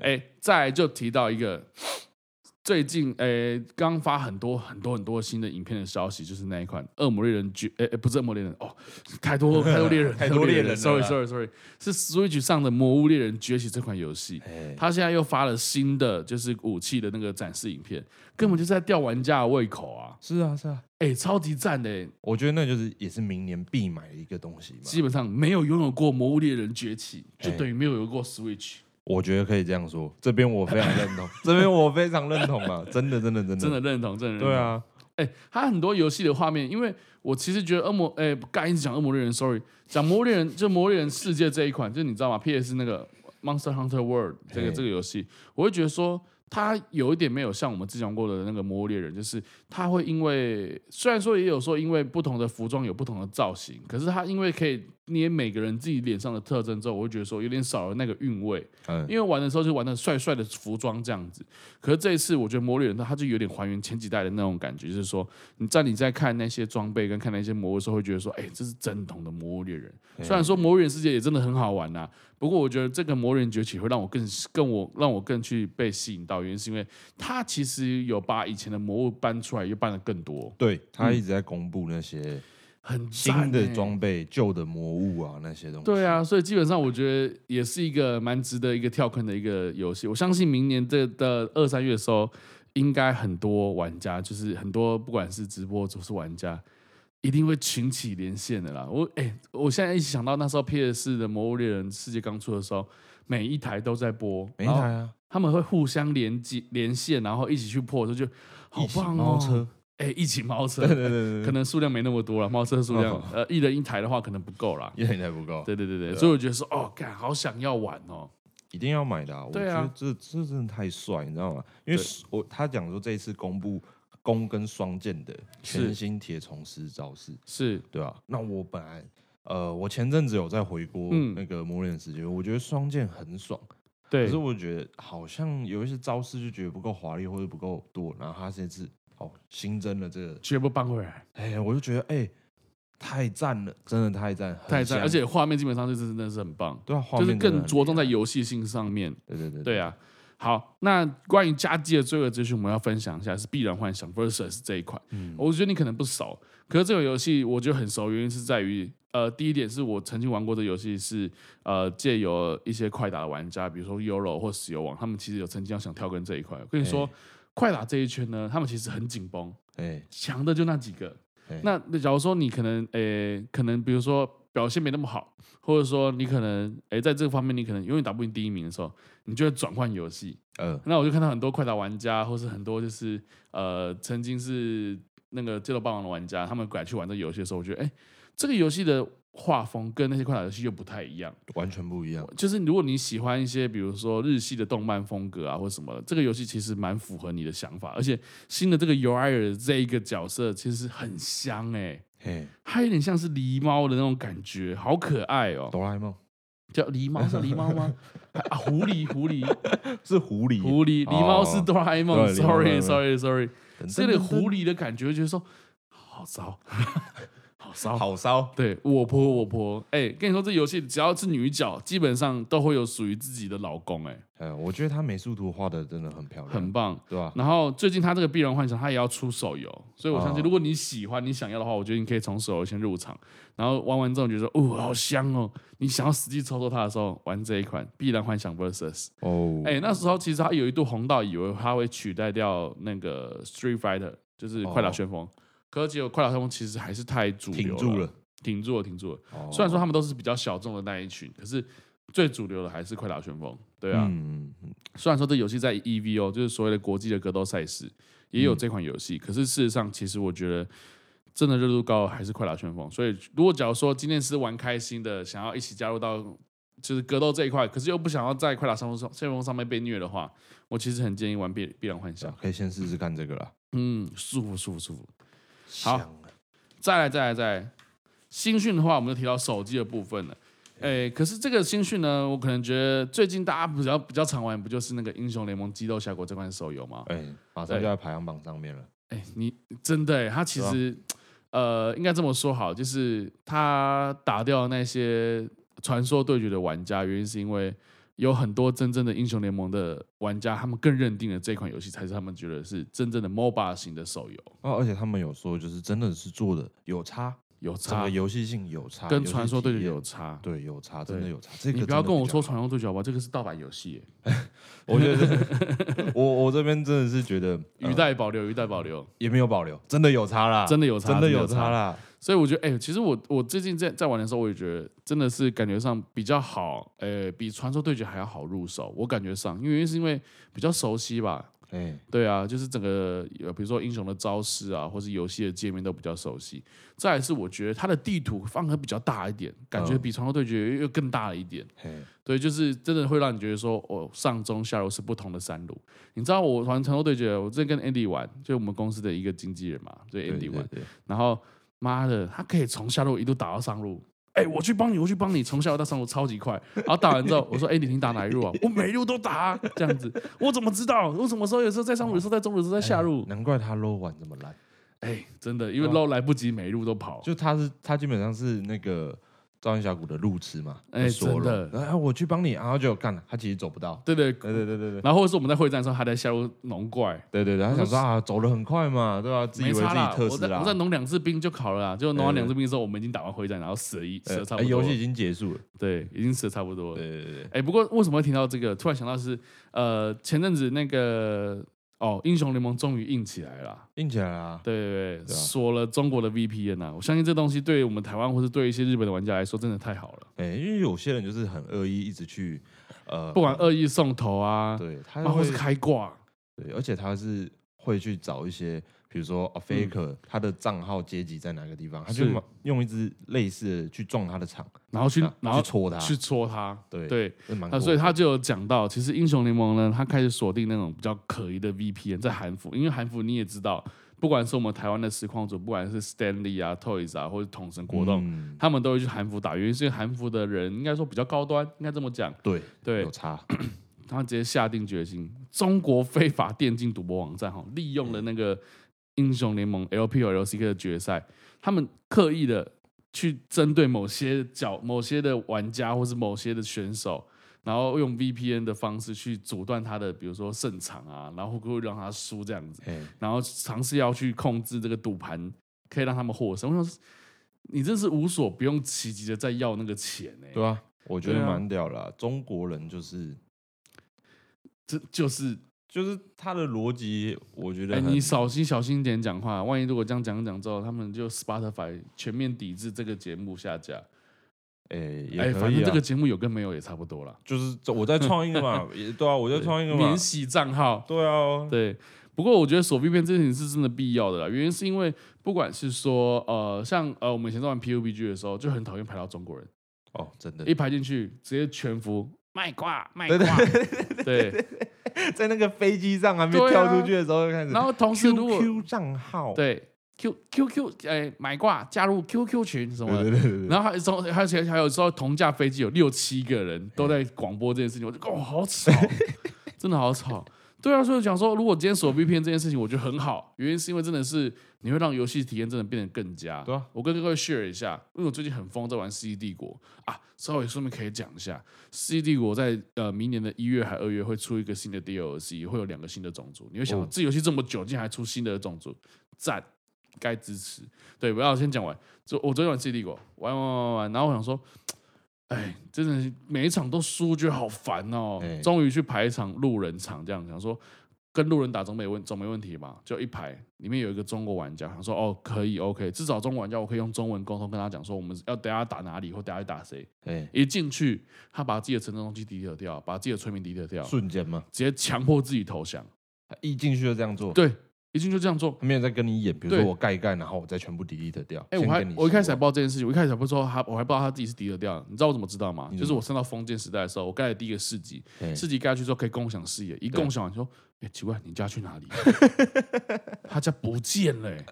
Speaker 1: 哎，再来就提到一个最近哎刚发很多很多很多新的影片的消息，就是那一款《恶魔猎人》G，哎哎不是《恶魔猎人》哦，太 多太多猎人，
Speaker 2: 太多猎人了
Speaker 1: ，sorry
Speaker 2: 啦
Speaker 1: sorry sorry，是 Switch 上的《魔物猎人崛起》这款游戏。
Speaker 2: 哎，
Speaker 1: 他现在又发了新的，就是武器的那个展示影片，根本就是在吊玩家的胃口啊！
Speaker 2: 是啊是啊，
Speaker 1: 哎、超级赞的、哎
Speaker 2: 我觉得那就是也是明年必买的一个东西嘛。
Speaker 1: 基本上没有拥有过《魔物猎人崛起》，就
Speaker 2: 哎
Speaker 1: 等于没有有过 Switch。
Speaker 2: 我觉得可以这样说，这边我非常认同，这边我非常认同啊，真的真的真的
Speaker 1: 真的认同，真的认同。
Speaker 2: 对啊，
Speaker 1: 哎、它很多游戏的画面，因为我其实觉得恶魔，哎、刚一直讲恶魔猎人，sorry，讲魔物猎人， 就魔物猎人世界这一款，就是你知道吗？P.S. 那个 Monster Hunter World 这个
Speaker 2: 嘿
Speaker 1: 这个游戏，我会觉得说。它有一点没有像我们之前玩过的那个《魔物猎人》，就是它会因为虽然说也有说因为不同的服装有不同的造型，可是它因为可以捏每个人自己脸上的特征之后，我会觉得说有点少了那个韵味。
Speaker 2: 嗯，
Speaker 1: 因为玩的时候就玩的帅帅的服装这样子，可是这一次我觉得《魔力人》它就有点还原前几代的那种感觉，就是说你在你在看那些装备跟看那些魔物的时候，会觉得说，哎、这是正统的《魔物猎人》。虽然说《魔物猎人世界》也真的很好玩呐、不过我觉得这个《魔物猎人崛起》会让我更更我让我更去被吸引到，原因是因为它其实有把以前的魔物搬出来，又搬的更多，
Speaker 2: 对他一直在公布那些
Speaker 1: 很嗯赞
Speaker 2: 新的
Speaker 1: 欸
Speaker 2: 装备、旧的魔物啊那些东西。
Speaker 1: 对，啊，所以基本上我觉得也是一个蛮值得一个跳坑的一个游戏。我相信明年这的二三月的时候，应该很多玩家，就是很多不管是直播主是玩家，一定会群起连线的啦。我哎、我现在一想到那时候 PS 四的《魔物猎人世界》刚出的时候，每一台都在播，
Speaker 2: 每一
Speaker 1: 然后
Speaker 2: 台啊，
Speaker 1: 他们会互相连接连线，然后一起去破，就觉得好
Speaker 2: 一起
Speaker 1: 棒哦！
Speaker 2: 猫车，
Speaker 1: 哎、一起猫车，
Speaker 2: 对对对
Speaker 1: 可
Speaker 2: 对，
Speaker 1: 能数量没那么多了，猫车数量、
Speaker 2: 哦
Speaker 1: 呃一人一台的话可能不够啦。
Speaker 2: 一台还不够，
Speaker 1: 对对对对，
Speaker 2: 对啊
Speaker 1: 所以我觉得说，哦，干，好想要玩哦，
Speaker 2: 一定要买的啊。我觉
Speaker 1: 对啊
Speaker 2: 得这这真的太帅，你知道吗？因为
Speaker 1: 对
Speaker 2: 我他讲说这一次公布弓跟双剑的
Speaker 1: 是
Speaker 2: 全新铁虫师招式，
Speaker 1: 是
Speaker 2: 对啊，那我本来呃，我前阵子有在回锅
Speaker 1: 嗯
Speaker 2: 那个磨练时间，我觉得双剑很爽，可
Speaker 1: 对
Speaker 2: 是，我觉得好像有一些招式就觉得不够华丽或者不够多，然后他这次哦新增了这个，
Speaker 1: 绝不搬回来，
Speaker 2: 哎、我就觉得哎、太赞了，真的太赞，很
Speaker 1: 太赞，
Speaker 2: 香
Speaker 1: 而且画面基本上就是真的是很棒，
Speaker 2: 对啊，画
Speaker 1: 就
Speaker 2: 面
Speaker 1: 是
Speaker 2: 真的
Speaker 1: 更
Speaker 2: 很
Speaker 1: 着重在
Speaker 2: 厉害，
Speaker 1: 游戏性上面。
Speaker 2: 对对对
Speaker 1: 对啊，好，那关于家机的罪恶资讯，我们要分享一下是《必然幻想 vs》这一款，
Speaker 2: 嗯
Speaker 1: 我觉得你可能不熟，可是这个游戏我觉得很熟，原因是在于。呃，第一点是我曾经玩过这游戏是，呃，借由一些快打的玩家，比如说 Euro 或石油网，他们其实有曾经要想跳跟这一块。我跟你说，快打这一圈呢，他们其实很紧绷，
Speaker 2: 哎
Speaker 1: 强的就那几个
Speaker 2: 对。
Speaker 1: 那那假如说你可能诶、可能比如说表现没那么好，或者说你可能诶、在这方面你可能永远打不赢第一名的时候，你就会转换游戏。
Speaker 2: 呃
Speaker 1: 那我就看到很多快打玩家，或是很多就是呃曾经是那个街头霸王的玩家，他们改去玩这个游戏的时候，我觉得诶、哎这个游戏的画风跟那些快打游戏又不太一样。
Speaker 2: 完全不一样，
Speaker 1: 就是如果你喜欢一些比如说日系的动漫风格啊，或什么的，这个游戏其实蛮符合你的想法，而且新的这个尤埃尔这一个角色其实很香哎、
Speaker 2: 嘿，
Speaker 1: 它有点像是狸猫的那种感觉，好可爱哦、
Speaker 2: 哆啦 A 梦
Speaker 1: 叫狸猫是狸猫吗？啊，狐狸，狐狸，
Speaker 2: 是狐狸，
Speaker 1: 狐狸，狸猫是
Speaker 2: 哦
Speaker 1: 哆啦 A 梦
Speaker 2: 对狸猫哆啦
Speaker 1: ，sorry
Speaker 2: A 梦
Speaker 1: sorry sorry，
Speaker 2: 噔
Speaker 1: 是有点
Speaker 2: 噔噔
Speaker 1: 狐狸的感觉，觉得说好糟，好骚。
Speaker 2: 好骚，
Speaker 1: 对，我婆我婆，哎、跟你说这游戏只要是女角，基本上都会有属于自己的老公、哎，
Speaker 2: 嗯，我觉得他美术图画的真的很漂亮，
Speaker 1: 很棒。
Speaker 2: 对吧？
Speaker 1: 然后最近他这个《碧蓝幻想》，他也要出手游，所以我相信，
Speaker 2: 哦
Speaker 1: 如果你喜欢、你想要的话，我觉得你可以从手游先入场，然后玩完之后你觉得说，哦，好香哦！你想要实际操作它的时候，玩这一款《碧蓝幻想 vs。u
Speaker 2: 哦，
Speaker 1: 哎、那时候其实它有一度红到以为它会取代掉那个 Street Fighter，就是
Speaker 2: 哦
Speaker 1: 快打旋风，可是结果快打旋风其实还是太主流
Speaker 2: 挺住
Speaker 1: 了
Speaker 2: 了，。
Speaker 1: 挺住了，挺住了。
Speaker 2: 哦
Speaker 1: 虽然说他们都是比较小众的那一群，可是最主流的还是快打旋风，对啊。
Speaker 2: 嗯，嗯
Speaker 1: 虽然说这游戏在 EVO 就是所谓的国际的格斗赛事也
Speaker 2: 嗯
Speaker 1: 有这款游戏，可是事实上，其实我觉得真的热度高的还是快打旋风。所以，如果假如说今天是玩开心的，想要一起加入到就是格斗这一块，可是又不想要在快打旋风上旋风上面被虐的话，我其实很建议玩必必然幻
Speaker 2: 是
Speaker 1: 想
Speaker 2: 啊，可以先试试看这个啦。
Speaker 1: 嗯，舒服舒服舒服。好
Speaker 2: 香啊，
Speaker 1: 再来，再来，再来。新讯的话，我们就提到手机的部分了。诶，可是这个新讯呢，我可能觉得最近大家比较比较常玩，不就是那个《英雄联盟：激斗峡谷》这款手游吗？
Speaker 2: 哎，马上
Speaker 1: 对
Speaker 2: 就在排行榜上面了。
Speaker 1: 哎、你真的、欸，他其实、呃，应该这么说好，就是他打掉那些传说对决的玩家，原因是因为有很多真正的英雄联盟的玩家，他们更认定了这款游戏才是他们觉得是真正的 MOBA 型的手游，
Speaker 2: 哦，而且他们有说，就是真的是做的有差，
Speaker 1: 有
Speaker 2: 整
Speaker 1: 差
Speaker 2: 个，游戏性有差，
Speaker 1: 跟
Speaker 2: 游戏
Speaker 1: 传说对
Speaker 2: 体
Speaker 1: 决
Speaker 2: 验
Speaker 1: 有差。
Speaker 2: 对有差，
Speaker 1: 对
Speaker 2: 真的有差。这个
Speaker 1: 你不要
Speaker 2: 真的
Speaker 1: 跟我
Speaker 2: 比较
Speaker 1: 说
Speaker 2: 好
Speaker 1: 传说对决好不好？这个是盗版游戏耶，
Speaker 2: 我觉得我我这边真的是觉得
Speaker 1: 语带保留，语带保留，
Speaker 2: 也没有保留，真的有差啦，
Speaker 1: 真的有差，
Speaker 2: 啊真的有差。啦。
Speaker 1: 所以我觉得，哎、其实我我最近在在玩的时候，我也觉得真的是感觉上比较好，呃、比传说对决还要好入手。我感觉上，因为是因为比较熟悉吧，
Speaker 2: 哎，
Speaker 1: 对啊，就是整个呃，比如说英雄的招式啊，或是游戏的界面都比较熟悉。再来是我觉得它的地图放的比较大一点，感觉
Speaker 2: 嗯
Speaker 1: 比传说对决又又更大了一点。
Speaker 2: 嘿，
Speaker 1: 对，就是真的会让你觉得说，哦，上中下游是不同的山路。你知道我玩传说对决，我之前跟 Andy 玩，就我们公司的一个经纪人嘛，就
Speaker 2: 对
Speaker 1: Andy 玩
Speaker 2: 对。对，
Speaker 1: 然后妈的，他可以从下路一路打到上路。哎、我去帮你，我去帮你，从下路到上路超级快。然后打完之后，我说：“哎、你你打哪一路啊？我每一路都打、啊，这样子，我怎么知道？我什么时候有时候在上路，有时候在中路，有时候在下路？
Speaker 2: 难怪他 low 玩这么烂，
Speaker 1: 哎、真的，
Speaker 2: 啊
Speaker 1: 因为 low 来不及，每一路都跑。
Speaker 2: 就他是他基本上是那个召唤峡谷的路痴嘛，
Speaker 1: 哎
Speaker 2: 就索
Speaker 1: 真的
Speaker 2: 隆然后我去帮你，然后就干了，他其实走不到，
Speaker 1: 对对，
Speaker 2: 对对对对对
Speaker 1: 然后或者是我们在会战的时候，他在下路农怪，
Speaker 2: 对对对，他
Speaker 1: 我说
Speaker 2: 想说啊，走的很快嘛，对吧？自以
Speaker 1: 没
Speaker 2: 为自
Speaker 1: 差啦
Speaker 2: 己，特
Speaker 1: 我
Speaker 2: 斯
Speaker 1: 再
Speaker 2: 拉
Speaker 1: 我，再农两次兵就好了啦。就农完
Speaker 2: 对对
Speaker 1: 两次兵之后，我们已经打完会战，然后死了一死
Speaker 2: 呃
Speaker 1: 了差
Speaker 2: 哎
Speaker 1: 不多
Speaker 2: 游
Speaker 1: 了，
Speaker 2: 戏已经结束了，
Speaker 1: 对，已经死了差不多了。
Speaker 2: 对对对对，
Speaker 1: 哎、不过为什么会听到这个？突然想到是，呃，前阵子那个哦，英雄联盟终于硬起来了啊，
Speaker 2: 硬起来啦，
Speaker 1: 对对对，
Speaker 2: 对啊
Speaker 1: 锁了中国的 VPN 啊！我相信这东西对于我们台湾或是对一些日本的玩家来说，真的太好了。
Speaker 2: 哎，因为有些人就是很恶意，一直去呃，
Speaker 1: 不管恶意送头啊，
Speaker 2: 对，他
Speaker 1: 然后
Speaker 2: 会
Speaker 1: 是开挂，
Speaker 2: 对，而且他是会去找一些，比如说、
Speaker 1: 嗯
Speaker 2: 哦、faker，、他的账号阶级在哪个地方，他就是马用一支类似的去撞他的场，
Speaker 1: 然后去
Speaker 2: 啊
Speaker 1: 然后
Speaker 2: 去戳他，
Speaker 1: 去戳他，
Speaker 2: 对，
Speaker 1: 对。
Speaker 2: 这蛮
Speaker 1: 啊，
Speaker 2: 酷
Speaker 1: 所以
Speaker 2: 的
Speaker 1: 他就有讲到，其实英雄联盟呢，它开始锁定那种比较可疑的 VPN 在韩服，因为韩服你也知道，不管是我们台湾的实况组，不管是 Stanley 啊、Toys 啊，或者统神国动，
Speaker 2: 嗯
Speaker 1: 他们都会去韩服打，原因是因为韩服的人应该说比较高端，应该这么讲。
Speaker 2: 对
Speaker 1: 对
Speaker 2: 有，差，
Speaker 1: 他们直接下定决心，中国非法电竞赌博网站哈，利用了那个英雄联盟 LPL、LCK 的决赛，他们刻意的去针对某些角、某些的玩家或是某些的选手，然后用 VPN 的方式去阻断他的，比如说胜场啊，然后会让他输这样子。
Speaker 2: 哎，
Speaker 1: 然后尝试要去控制这个赌盘，可以让他们获胜。我想说，你真是无所不用其极的在要那个钱呢、
Speaker 2: 对啊，我觉
Speaker 1: 对
Speaker 2: 得
Speaker 1: 啊
Speaker 2: 蛮屌了、中国人就是
Speaker 1: 这就是
Speaker 2: 就是他的逻辑，我觉得
Speaker 1: 哎，
Speaker 2: 很
Speaker 1: 你小心小心一点讲话，万一如果这样讲讲之后，他们就 Spotify 全面抵制这个节目下架。
Speaker 2: 哎、也
Speaker 1: 哎，
Speaker 2: 可
Speaker 1: 反
Speaker 2: 以
Speaker 1: 正
Speaker 2: 啊，
Speaker 1: 这个节目有跟没有也差不多了。
Speaker 2: 就是这我在创一 个嘛，也对啊，我在创一个嘛
Speaker 1: 免，洗账号，
Speaker 2: 对啊，
Speaker 1: 对，不过我觉得锁 VPN 这件事情是真的必要的啦，原因是因为不管是说呃，像呃我们以前在玩 PUBG 的时候，就很讨厌排到中国人。
Speaker 2: 哦，真的
Speaker 1: 一排进去直接全服卖挂卖挂，对。
Speaker 2: 在那个飞机上还没
Speaker 1: 对啊
Speaker 2: 跳出去的时候就开始，
Speaker 1: 然后同时如果
Speaker 2: QQ 账号，
Speaker 1: 对 Q Q Q 哎买挂加入 QQ 群什么的，
Speaker 2: 对对对对对，
Speaker 1: 然后还从还有还有时候同架
Speaker 2: 嗯
Speaker 1: 飞机有六七个人都在广播这件事情，我就哦好吵，真的好吵。对啊，所以我讲说，如果今天锁 VPN 这件事情，我觉得很好，原因是因为真的是你会让游戏体验真的变得更佳。
Speaker 2: 对啊
Speaker 1: 我跟各位 share 一下，因为我最近很疯在玩《C 帝国》啊，稍微顺便可以讲一下，《C 帝国在》呃明年的一月还二月会出一个新的 DLC，会有两个新的种族。你会想，
Speaker 2: 哦
Speaker 1: 这游戏这么久，竟然还出新的种族，赞，该支持。对，不要先讲完。就我昨天玩《C 帝国》，玩玩玩玩玩，然后我想说。哎，真的是每一场都输，觉得好烦哦
Speaker 2: 哎。
Speaker 1: 终于去排一场路人场，这样想说跟路人打总没问总没问题吧？就一排里面有一个中国玩家，想说哦可以 OK，至少中国玩家我可以用中文沟通跟他讲说我们要等下打哪里或等下打谁。
Speaker 2: 哎，
Speaker 1: 一进去，他把自己的城镇东西 delete 掉，把自己的村民 delete 掉，直
Speaker 2: 瞬间嘛，
Speaker 1: 接强迫自己投降。
Speaker 2: 他一进去就这样做，
Speaker 1: 对，一进去就这样做。
Speaker 2: 他没有在跟你演，比如说
Speaker 1: 对
Speaker 2: 我盖一盖，然后我再全部 delete 掉。
Speaker 1: 哎、
Speaker 2: 先
Speaker 1: 我还
Speaker 2: 跟你
Speaker 1: 我一开始
Speaker 2: 说
Speaker 1: 还不知道这件事情，我一开始还不知道他，我还不知道他自己是 delete 掉的。你知道我怎么知道吗？
Speaker 2: 你怎么
Speaker 1: 就是我上到封建时代的时候，我盖的第一个市集，
Speaker 2: 哎
Speaker 1: 市集盖下去之后可以共享视野，一
Speaker 2: 对
Speaker 1: 共享完说，哎、奇怪，你家去 哪里？他家不见了、欸。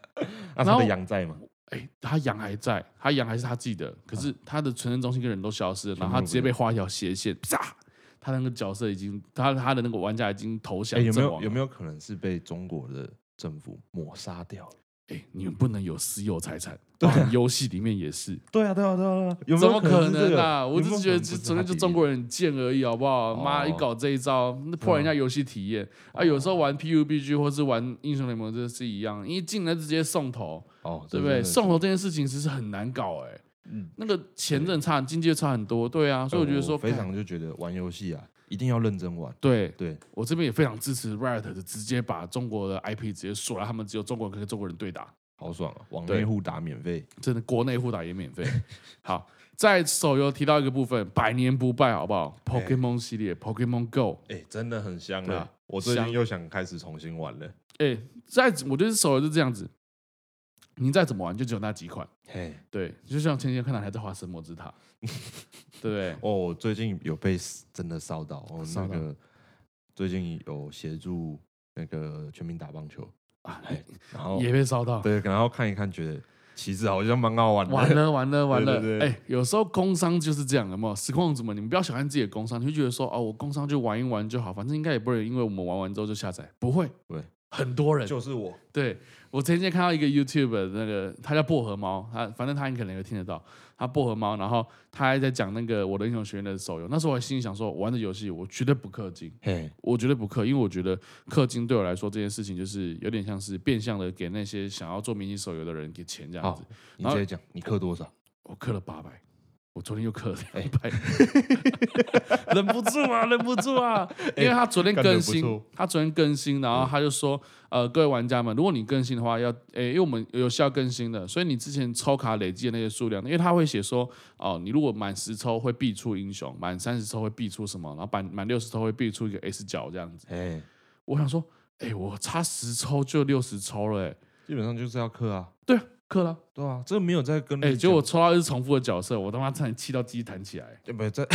Speaker 1: 然
Speaker 2: 那啊他
Speaker 1: 后
Speaker 2: 的羊在吗？
Speaker 1: 哎、他羊还在，他羊还是他自己的，可是他的存在中心跟人都消失了，
Speaker 2: 嗯全部
Speaker 1: 然后他直接被画一条斜线，啪！他那个角色已经，他他的那个玩家已经投降
Speaker 2: 哎，有没
Speaker 1: 阵亡
Speaker 2: 有
Speaker 1: 了。
Speaker 2: 有没有可能是被中国的政府抹杀掉了？
Speaker 1: 哎、你们不能有私有财产，
Speaker 2: 对
Speaker 1: 包
Speaker 2: 啊
Speaker 1: 含游戏里面也是，
Speaker 2: 对啊，对啊，对啊对啊，有没
Speaker 1: 怎
Speaker 2: 有
Speaker 1: 么
Speaker 2: 能
Speaker 1: 可
Speaker 2: 是这
Speaker 1: 能
Speaker 2: 个
Speaker 1: 啊？我
Speaker 2: 有没
Speaker 1: 只
Speaker 2: 有
Speaker 1: 觉
Speaker 2: 可
Speaker 1: 得
Speaker 2: 能
Speaker 1: 这
Speaker 2: 不是
Speaker 1: 昨
Speaker 2: 他
Speaker 1: 天就
Speaker 2: 弟
Speaker 1: 中
Speaker 2: 弟
Speaker 1: 国人很贱而已，好不好？
Speaker 2: 哦嗯
Speaker 1: 妈，一搞这一招，那破人家游戏体验啊！有时候玩 PUBG 或是玩英雄联盟，这是一样，一进来直接送头，
Speaker 2: 哦，
Speaker 1: 对不对？送头这件事情其实很难搞、哎。
Speaker 2: 嗯，哦
Speaker 1: 那个钱真的差，经济就差很多，对啊，所以我觉得说
Speaker 2: 非常就觉得玩游戏啊，一定要认真玩。
Speaker 1: 对
Speaker 2: 对，
Speaker 1: 我这边也非常支持 Riot 的，直接把中国的 IP 直接锁了，他们只有中国人跟中国人对打，
Speaker 2: 好爽啊！网
Speaker 1: 对
Speaker 2: 内互打免费，
Speaker 1: 真的国内互打也免费。 好，在手游提到一个部分，百年不败，好不好？Pokemon 系列，Pokemon Go，
Speaker 2: 哎，真的很香
Speaker 1: 对
Speaker 2: 啊
Speaker 1: 啊！
Speaker 2: 我最
Speaker 1: 香
Speaker 2: 近又想开始重新玩了。
Speaker 1: 哎、在我觉得手游就这样子，你再怎么玩就只有那几款，
Speaker 2: 嘿，
Speaker 1: 对，就像前几天看到还在画神魔之 塔，对不对？
Speaker 2: 哦，我最近有被真的烧到，我
Speaker 1: 烧
Speaker 2: 那
Speaker 1: 到
Speaker 2: 个最近有协助那个全民打棒球，
Speaker 1: 啊，
Speaker 2: 哎，然后
Speaker 1: 也被烧到，
Speaker 2: 对，然后看一看，觉得其实好像蛮好玩的。
Speaker 1: 完了完了完了！哎
Speaker 2: 对对对
Speaker 1: 有时候工商就是这样，有没有？实况主们，你们不要小看自己的工商，你会觉得说哦，我工商就玩一玩就好，反正应该也不会因为我们玩完之后就下载，不会，
Speaker 2: 对，
Speaker 1: 很多人。
Speaker 2: 就是我，
Speaker 1: 对我前几天看到一个 YouTube 的那个，他叫薄荷猫，他反正他你可能也听得到，他薄荷猫，然后他还在讲那个《我的英雄学院》的手游，那时候我还心里想说，我玩的游戏我绝对不氪金，
Speaker 2: 嘿，
Speaker 1: 我绝对不氪，因为我觉得氪金对我来说这件事情就是有点像是变相的给那些想要做明星手游的人给钱这样
Speaker 2: 好
Speaker 1: 子。
Speaker 2: 你
Speaker 1: 然
Speaker 2: 直
Speaker 1: 后
Speaker 2: 接讲，你氪多少？
Speaker 1: 我刻了八百，我昨天又刻了
Speaker 2: 哎
Speaker 1: 两 百，忍不住啊，忍不住啊！因为他昨天更
Speaker 2: 哎干得
Speaker 1: 新
Speaker 2: 不错，嗯
Speaker 1: 他昨天更新，然后他就说，呃，各位玩家们，如果你更新的话，要，诶，因为我们有需要更新的，所以你之前抽卡累积的那些数量，因为他会写说，哦，你如果满十抽会必出英雄，满三十抽会必出什么，然后满满六十抽会必出一个 S 角这样子。
Speaker 2: 哎，
Speaker 1: 我想说，诶，我差十抽就六十抽了、诶，
Speaker 2: 基本上就是要氪啊，
Speaker 1: 对啊，氪了，
Speaker 2: 对啊，这个没有在跟
Speaker 1: 诶，
Speaker 2: 你
Speaker 1: 结果我
Speaker 2: 讲
Speaker 1: 抽到一只重复的角色，我他妈差点气到鸡弹起来。
Speaker 2: 哎不在，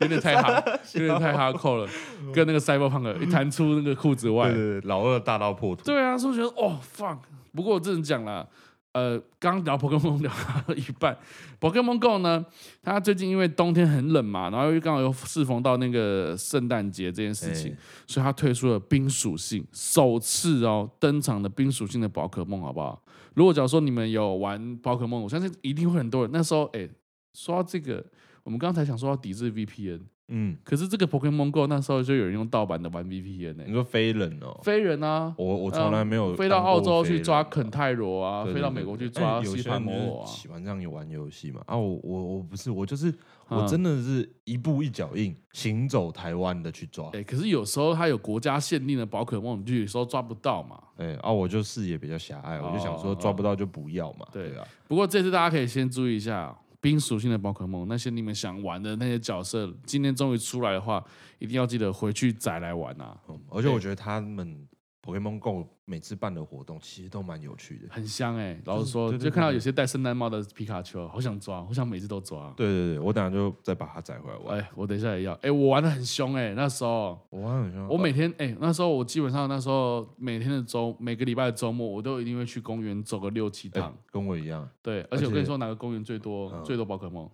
Speaker 1: 有点太 哈，
Speaker 2: 哦
Speaker 1: 有点太哈扣了，跟那个 Cyberpunk 一弹出那个裤子外
Speaker 2: 对。对对老二大刀破土，
Speaker 1: 对啊，所以我觉得哦 fuck。不过我真的讲了，呃，刚聊 Pokemon 聊到一半，Pokemon Go 呢，它最近因为冬天很冷嘛，然后又刚好又适逢到那个圣诞节这件事情，
Speaker 2: 哎
Speaker 1: 所以它推出了冰属性，首次哦登场的冰属性的宝可梦，好不好？如果假如说你们有玩宝可梦，我相信一定会很多人。那时候，哎，说到这个，我们刚才想说要抵制 VPN，
Speaker 2: 嗯，
Speaker 1: 可是这个 Pokemon Go 那时候就有人用盗版的玩 VPN 呢、
Speaker 2: 你说飞人哦，
Speaker 1: 欸飞人啊，
Speaker 2: 我我从来没有
Speaker 1: 飞到
Speaker 2: 当过
Speaker 1: 澳洲
Speaker 2: 飞
Speaker 1: 去
Speaker 2: 人啊
Speaker 1: 抓肯泰罗啊，
Speaker 2: 对
Speaker 1: 飞
Speaker 2: 对
Speaker 1: 到
Speaker 2: 对
Speaker 1: 美国去
Speaker 2: 对
Speaker 1: 抓
Speaker 2: 哎有
Speaker 1: 西
Speaker 2: 些
Speaker 1: 潘
Speaker 2: 人就
Speaker 1: 摩罗
Speaker 2: 是
Speaker 1: 啊，
Speaker 2: 喜欢这样玩游戏嘛？啊，我我我不是，我就是
Speaker 1: 嗯
Speaker 2: 我真的是一步一脚印，行走台湾的去抓
Speaker 1: 哎、。可是有时候它有国家限定的宝可梦，你就有时候抓不到嘛。
Speaker 2: 哎，啊，我就视野比较狭隘，我就想说
Speaker 1: 哦
Speaker 2: 抓不到就不要嘛。
Speaker 1: 对
Speaker 2: 对啊，
Speaker 1: 不过这次大家可以先注意一下冰属性的宝可梦，那些你们想玩的那些角色，今天终于出来的话，一定要记得回去载来玩啊，
Speaker 2: 嗯而且我
Speaker 1: 哎
Speaker 2: 觉得他们 Pokemon Go 每次办的活动其实都蛮有趣的。
Speaker 1: 很香哎、老实
Speaker 2: 是
Speaker 1: 说，
Speaker 2: 嗯对对
Speaker 1: 就看到
Speaker 2: 对
Speaker 1: 有些戴圣诞帽的皮卡丘，好想抓，好想每次都抓。
Speaker 2: 对对对，我等下就再把它载回来玩。
Speaker 1: 哎，我等一下也要。哎，我玩的很凶哎、那时候
Speaker 2: 我玩很像
Speaker 1: 我每天哎、那时候我基本上那时候每天的周每个礼拜的周末，我都一定会去公园走个六七
Speaker 2: 哎
Speaker 1: 趟。
Speaker 2: 跟我一样，
Speaker 1: 对，而
Speaker 2: 而
Speaker 1: 且我跟你
Speaker 2: 且
Speaker 1: 说，哪个公园最多、
Speaker 2: 嗯啊
Speaker 1: 最多宝可梦？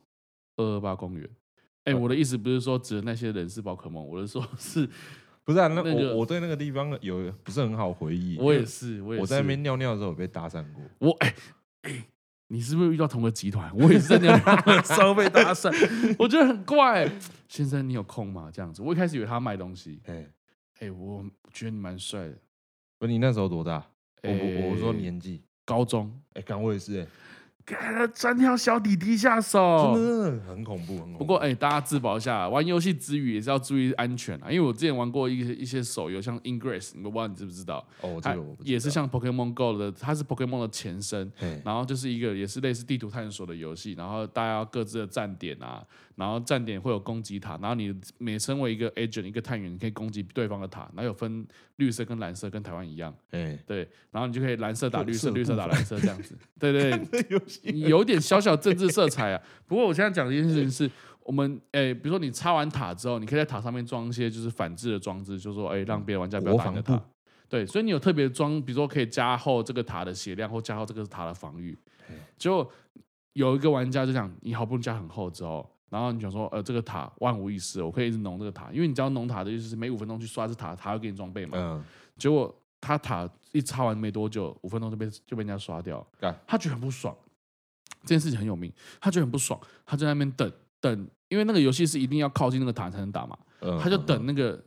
Speaker 1: 二二八公园。哎、我的意思不是说指的那些人是宝可梦，我是说是，
Speaker 2: 不是啊，那
Speaker 1: 那个
Speaker 2: 我我对那个地方的有不是很好回忆。
Speaker 1: 我
Speaker 2: 因
Speaker 1: 也
Speaker 2: 为
Speaker 1: 是，我也是。
Speaker 2: 我在那边尿尿的时候有被搭讪过，
Speaker 1: 我哎、哎你是不是遇到同个集团？我也是在那 边稍微搭讪，我觉得很怪、先生，你有空吗？这样子，我一开始以为他卖东西。
Speaker 2: 哎、
Speaker 1: 哎、我觉得你蛮帅的。
Speaker 2: 不，你那时候多大？我
Speaker 1: 哎
Speaker 2: 我我说年纪，
Speaker 1: 高中，
Speaker 2: 哎、刚我也是、哎、
Speaker 1: 给他专挑小弟弟下手，
Speaker 2: 真的真的很恐怖，很恐怖。
Speaker 1: 不过哎、大家自保一下，玩游戏之余也是要注意安全啊。因为我之前玩过一些一些手游，像 Ingress，你们不知道你知不知道？
Speaker 2: 哦，这
Speaker 1: 它
Speaker 2: 个我不知
Speaker 1: 也是
Speaker 2: 道，
Speaker 1: 像 Pokemon Go 的，它是 Pokemon 的前身。
Speaker 2: 哎、
Speaker 1: 然后就是一个也是类似地图探索的游戏，然后大家要各自的站点啊，然后站点会有攻击塔，然后你每身为一个 agent 一个探员，你可以攻击对方的塔，然后有分绿色跟蓝色，跟台湾一样，
Speaker 2: 哎、
Speaker 1: 对，然后你就可以蓝色打绿色，
Speaker 2: 各自的
Speaker 1: 绿色
Speaker 2: 部
Speaker 1: 打
Speaker 2: 分
Speaker 1: 蓝色这样子，对 对对，
Speaker 2: 这游戏
Speaker 1: 有点小小政治色彩啊。不过我现在讲的一件事情是，我们诶、比如说你插完塔之后，你可以在塔上面装一些就是反制的装置，就是说诶、让别的玩家不要打你的
Speaker 2: 国
Speaker 1: 塔
Speaker 2: 防。
Speaker 1: 对，所以你有特别装，比如说可以加厚这个塔的血量，或加厚这个塔的防御。结果有一个玩家就讲，你好不容易加很厚之后，然后你想说，呃，这个塔万无一失，我可以一直弄这个塔，因为你只要弄塔的意思是每五分钟去刷一次塔，塔会给你装备嘛。
Speaker 2: 嗯，
Speaker 1: 结果他塔一插完没多久，五分钟就被就被人家刷掉
Speaker 2: 干，
Speaker 1: 他觉得很不爽，这件事情很有名，他觉得很不爽，他就在那边等等，因为那个游戏是一定要靠近那个塔才能打嘛，
Speaker 2: 嗯
Speaker 1: 他就等，那个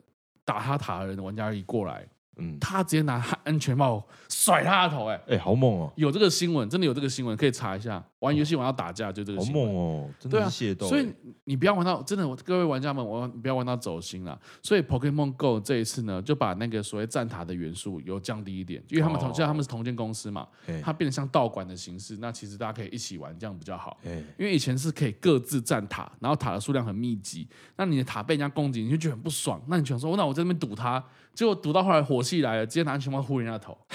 Speaker 1: 打他塔的人的玩家一过来，
Speaker 2: 嗯，嗯
Speaker 1: 他直接拿他安全帽甩他的头、哎，
Speaker 2: 哎、好猛哦、
Speaker 1: 有这个新闻，真的有这个新闻，可以查一下。玩游戏玩到打架就这个
Speaker 2: 好
Speaker 1: 新闻。
Speaker 2: 猛哦、真
Speaker 1: 对啊
Speaker 2: 的是械斗、
Speaker 1: 所以你不要玩到真的，我各位玩家们，我不要玩到走心了。所以 Pokemon Go 这一次呢，就把那个所谓站塔的元素有降低一点，因为他们同
Speaker 2: 哦
Speaker 1: 现在他们是同间公司嘛，
Speaker 2: 哎、
Speaker 1: 它变得像道馆的形式，那其实大家可以一起玩，这样比较好。
Speaker 2: 哎、
Speaker 1: 因为以前是可以各自站塔，然后塔的数量很密集，那你的塔被人家攻击，你就觉得很不爽，那你就想说，那我在那边堵他，结果堵到后来火气来了，直接拿安全帽呼人家的头。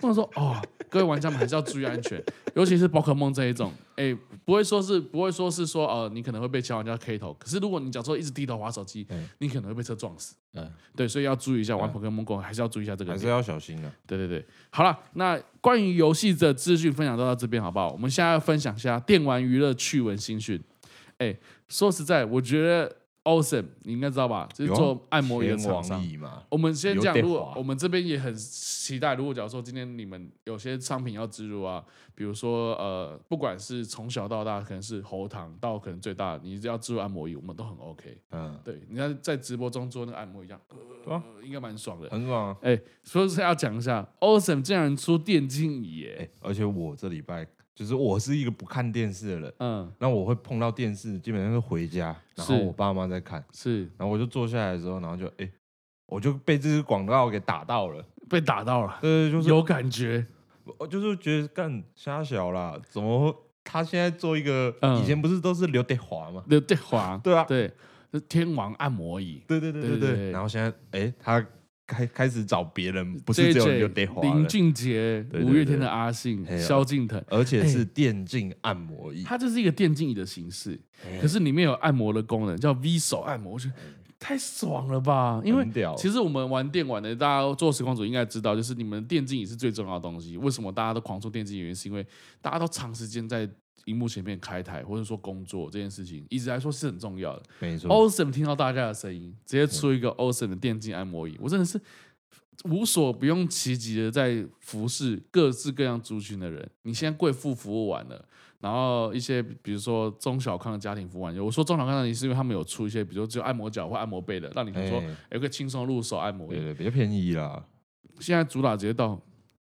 Speaker 1: 我想说，哦，各位玩家们还是要注意安全， 尤其是宝可梦这一种，哎，不会说是不会说是说呃，你可能会被其他玩家 K 头，可是如果你假如说一直低头滑手机
Speaker 2: 嗯，
Speaker 1: 你可能会被车撞死。
Speaker 2: 嗯
Speaker 1: 对，所以要注意一下，玩
Speaker 2: 嗯
Speaker 1: 宝可梦 Go 还是要注意一下这个
Speaker 2: 还
Speaker 1: 点。
Speaker 2: 是要小心啊。
Speaker 1: 对对对，好了，那关于游戏的资讯分享就到这边好不好？我们现在要分享一下电玩娱乐趣闻新讯。哎，说实在，我觉得 Awesome 你应该知道吧，就是
Speaker 2: 有啊
Speaker 1: 做按摩椅的
Speaker 2: 天
Speaker 1: 厂
Speaker 2: 王
Speaker 1: 商。
Speaker 2: 椅嘛，
Speaker 1: 我们先讲，
Speaker 2: 有点
Speaker 1: 如果
Speaker 2: 滑
Speaker 1: 我们这边也很期待，如果假如说今天你们有些商品要植入啊，比如说呃，不管是从小到大，可能是喉糖到可能最大的，你只要植入按摩椅，我们都很 OK。
Speaker 2: 嗯，
Speaker 1: 对，你要在直播中做那个按摩一样，
Speaker 2: 对啊
Speaker 1: 呃应该蛮爽的。
Speaker 2: 很爽、啊。
Speaker 1: 哎、所以是要讲一下，Awesome 竟然出电竞椅耶、
Speaker 2: 哎、而且我这礼拜就是我是一个不看电视的人，
Speaker 1: 嗯，
Speaker 2: 那我会碰到电视，基本上是回家，然后
Speaker 1: 是
Speaker 2: 我爸妈在看，
Speaker 1: 是
Speaker 2: 然后我就坐下来的时候，然后就哎、我就被这支广告给打到了，
Speaker 1: 被打到了，
Speaker 2: 对，就是
Speaker 1: 有感觉，
Speaker 2: 我就是觉得干瞎小啦，怎么会他现在做一个、
Speaker 1: 嗯
Speaker 2: 以前不是都是刘德华吗？
Speaker 1: 刘德华，
Speaker 2: 对啊，
Speaker 1: 对，是天王按摩椅，
Speaker 2: 对对对
Speaker 1: 对
Speaker 2: 对
Speaker 1: 对
Speaker 2: 对
Speaker 1: 对
Speaker 2: 然后现在哎、他开开始找别人，不是
Speaker 1: JJ
Speaker 2: 只有刘德华
Speaker 1: 林
Speaker 2: 了，
Speaker 1: 俊杰、
Speaker 2: 对对
Speaker 1: 五月天的阿信、
Speaker 2: 嘿
Speaker 1: 萧敬腾，
Speaker 2: 而且
Speaker 1: 哎
Speaker 2: 是电竞按摩椅，
Speaker 1: 它就是一个电竞椅的形式，
Speaker 2: 哎
Speaker 1: 可是里面有按摩的功能，叫 V 手按摩，我觉得太爽了吧！因为
Speaker 2: 很屌
Speaker 1: 其实我们玩电玩的，大家做实况组应该知道，就是你们电竞椅是最重要的东西。为什么大家都狂做电竞椅？原因是因为大家都长时间在荧幕前面开台，或者说工作这件事情，一直来说是很重要的。
Speaker 2: 没错，
Speaker 1: Awesome 听到大家的声音，直接出一个 Awesome 的电竞按摩椅，我真的是无所不用其极的在服侍各式各样族群的人。你现在贵妇服务完了，然后一些比如说中小康的家庭服务完，我说中小康的，你是因为他们有出一些，比如说只有按摩脚或按摩背的，让你
Speaker 2: 哎
Speaker 1: 说有个轻松入手按摩
Speaker 2: 对
Speaker 1: 椅。
Speaker 2: 对，比较便宜啦。
Speaker 1: 现在主打直接到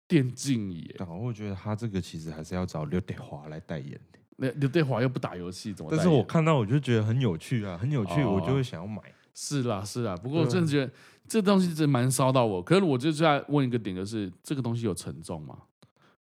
Speaker 1: 电竞椅，
Speaker 2: 但我会觉得他这个其实还是要找刘德华来代言，
Speaker 1: 那刘德华又不打游戏，怎么代
Speaker 2: 但
Speaker 1: 言？哦
Speaker 2: 是我看到我就觉得很有趣啊，很有趣，我就会想要买。
Speaker 1: 是啦，是啦。不过我
Speaker 2: 对啊
Speaker 1: 真的觉得这东西真蛮烧到我。可是我就是在问一个点，就是这个东西有沉重吗？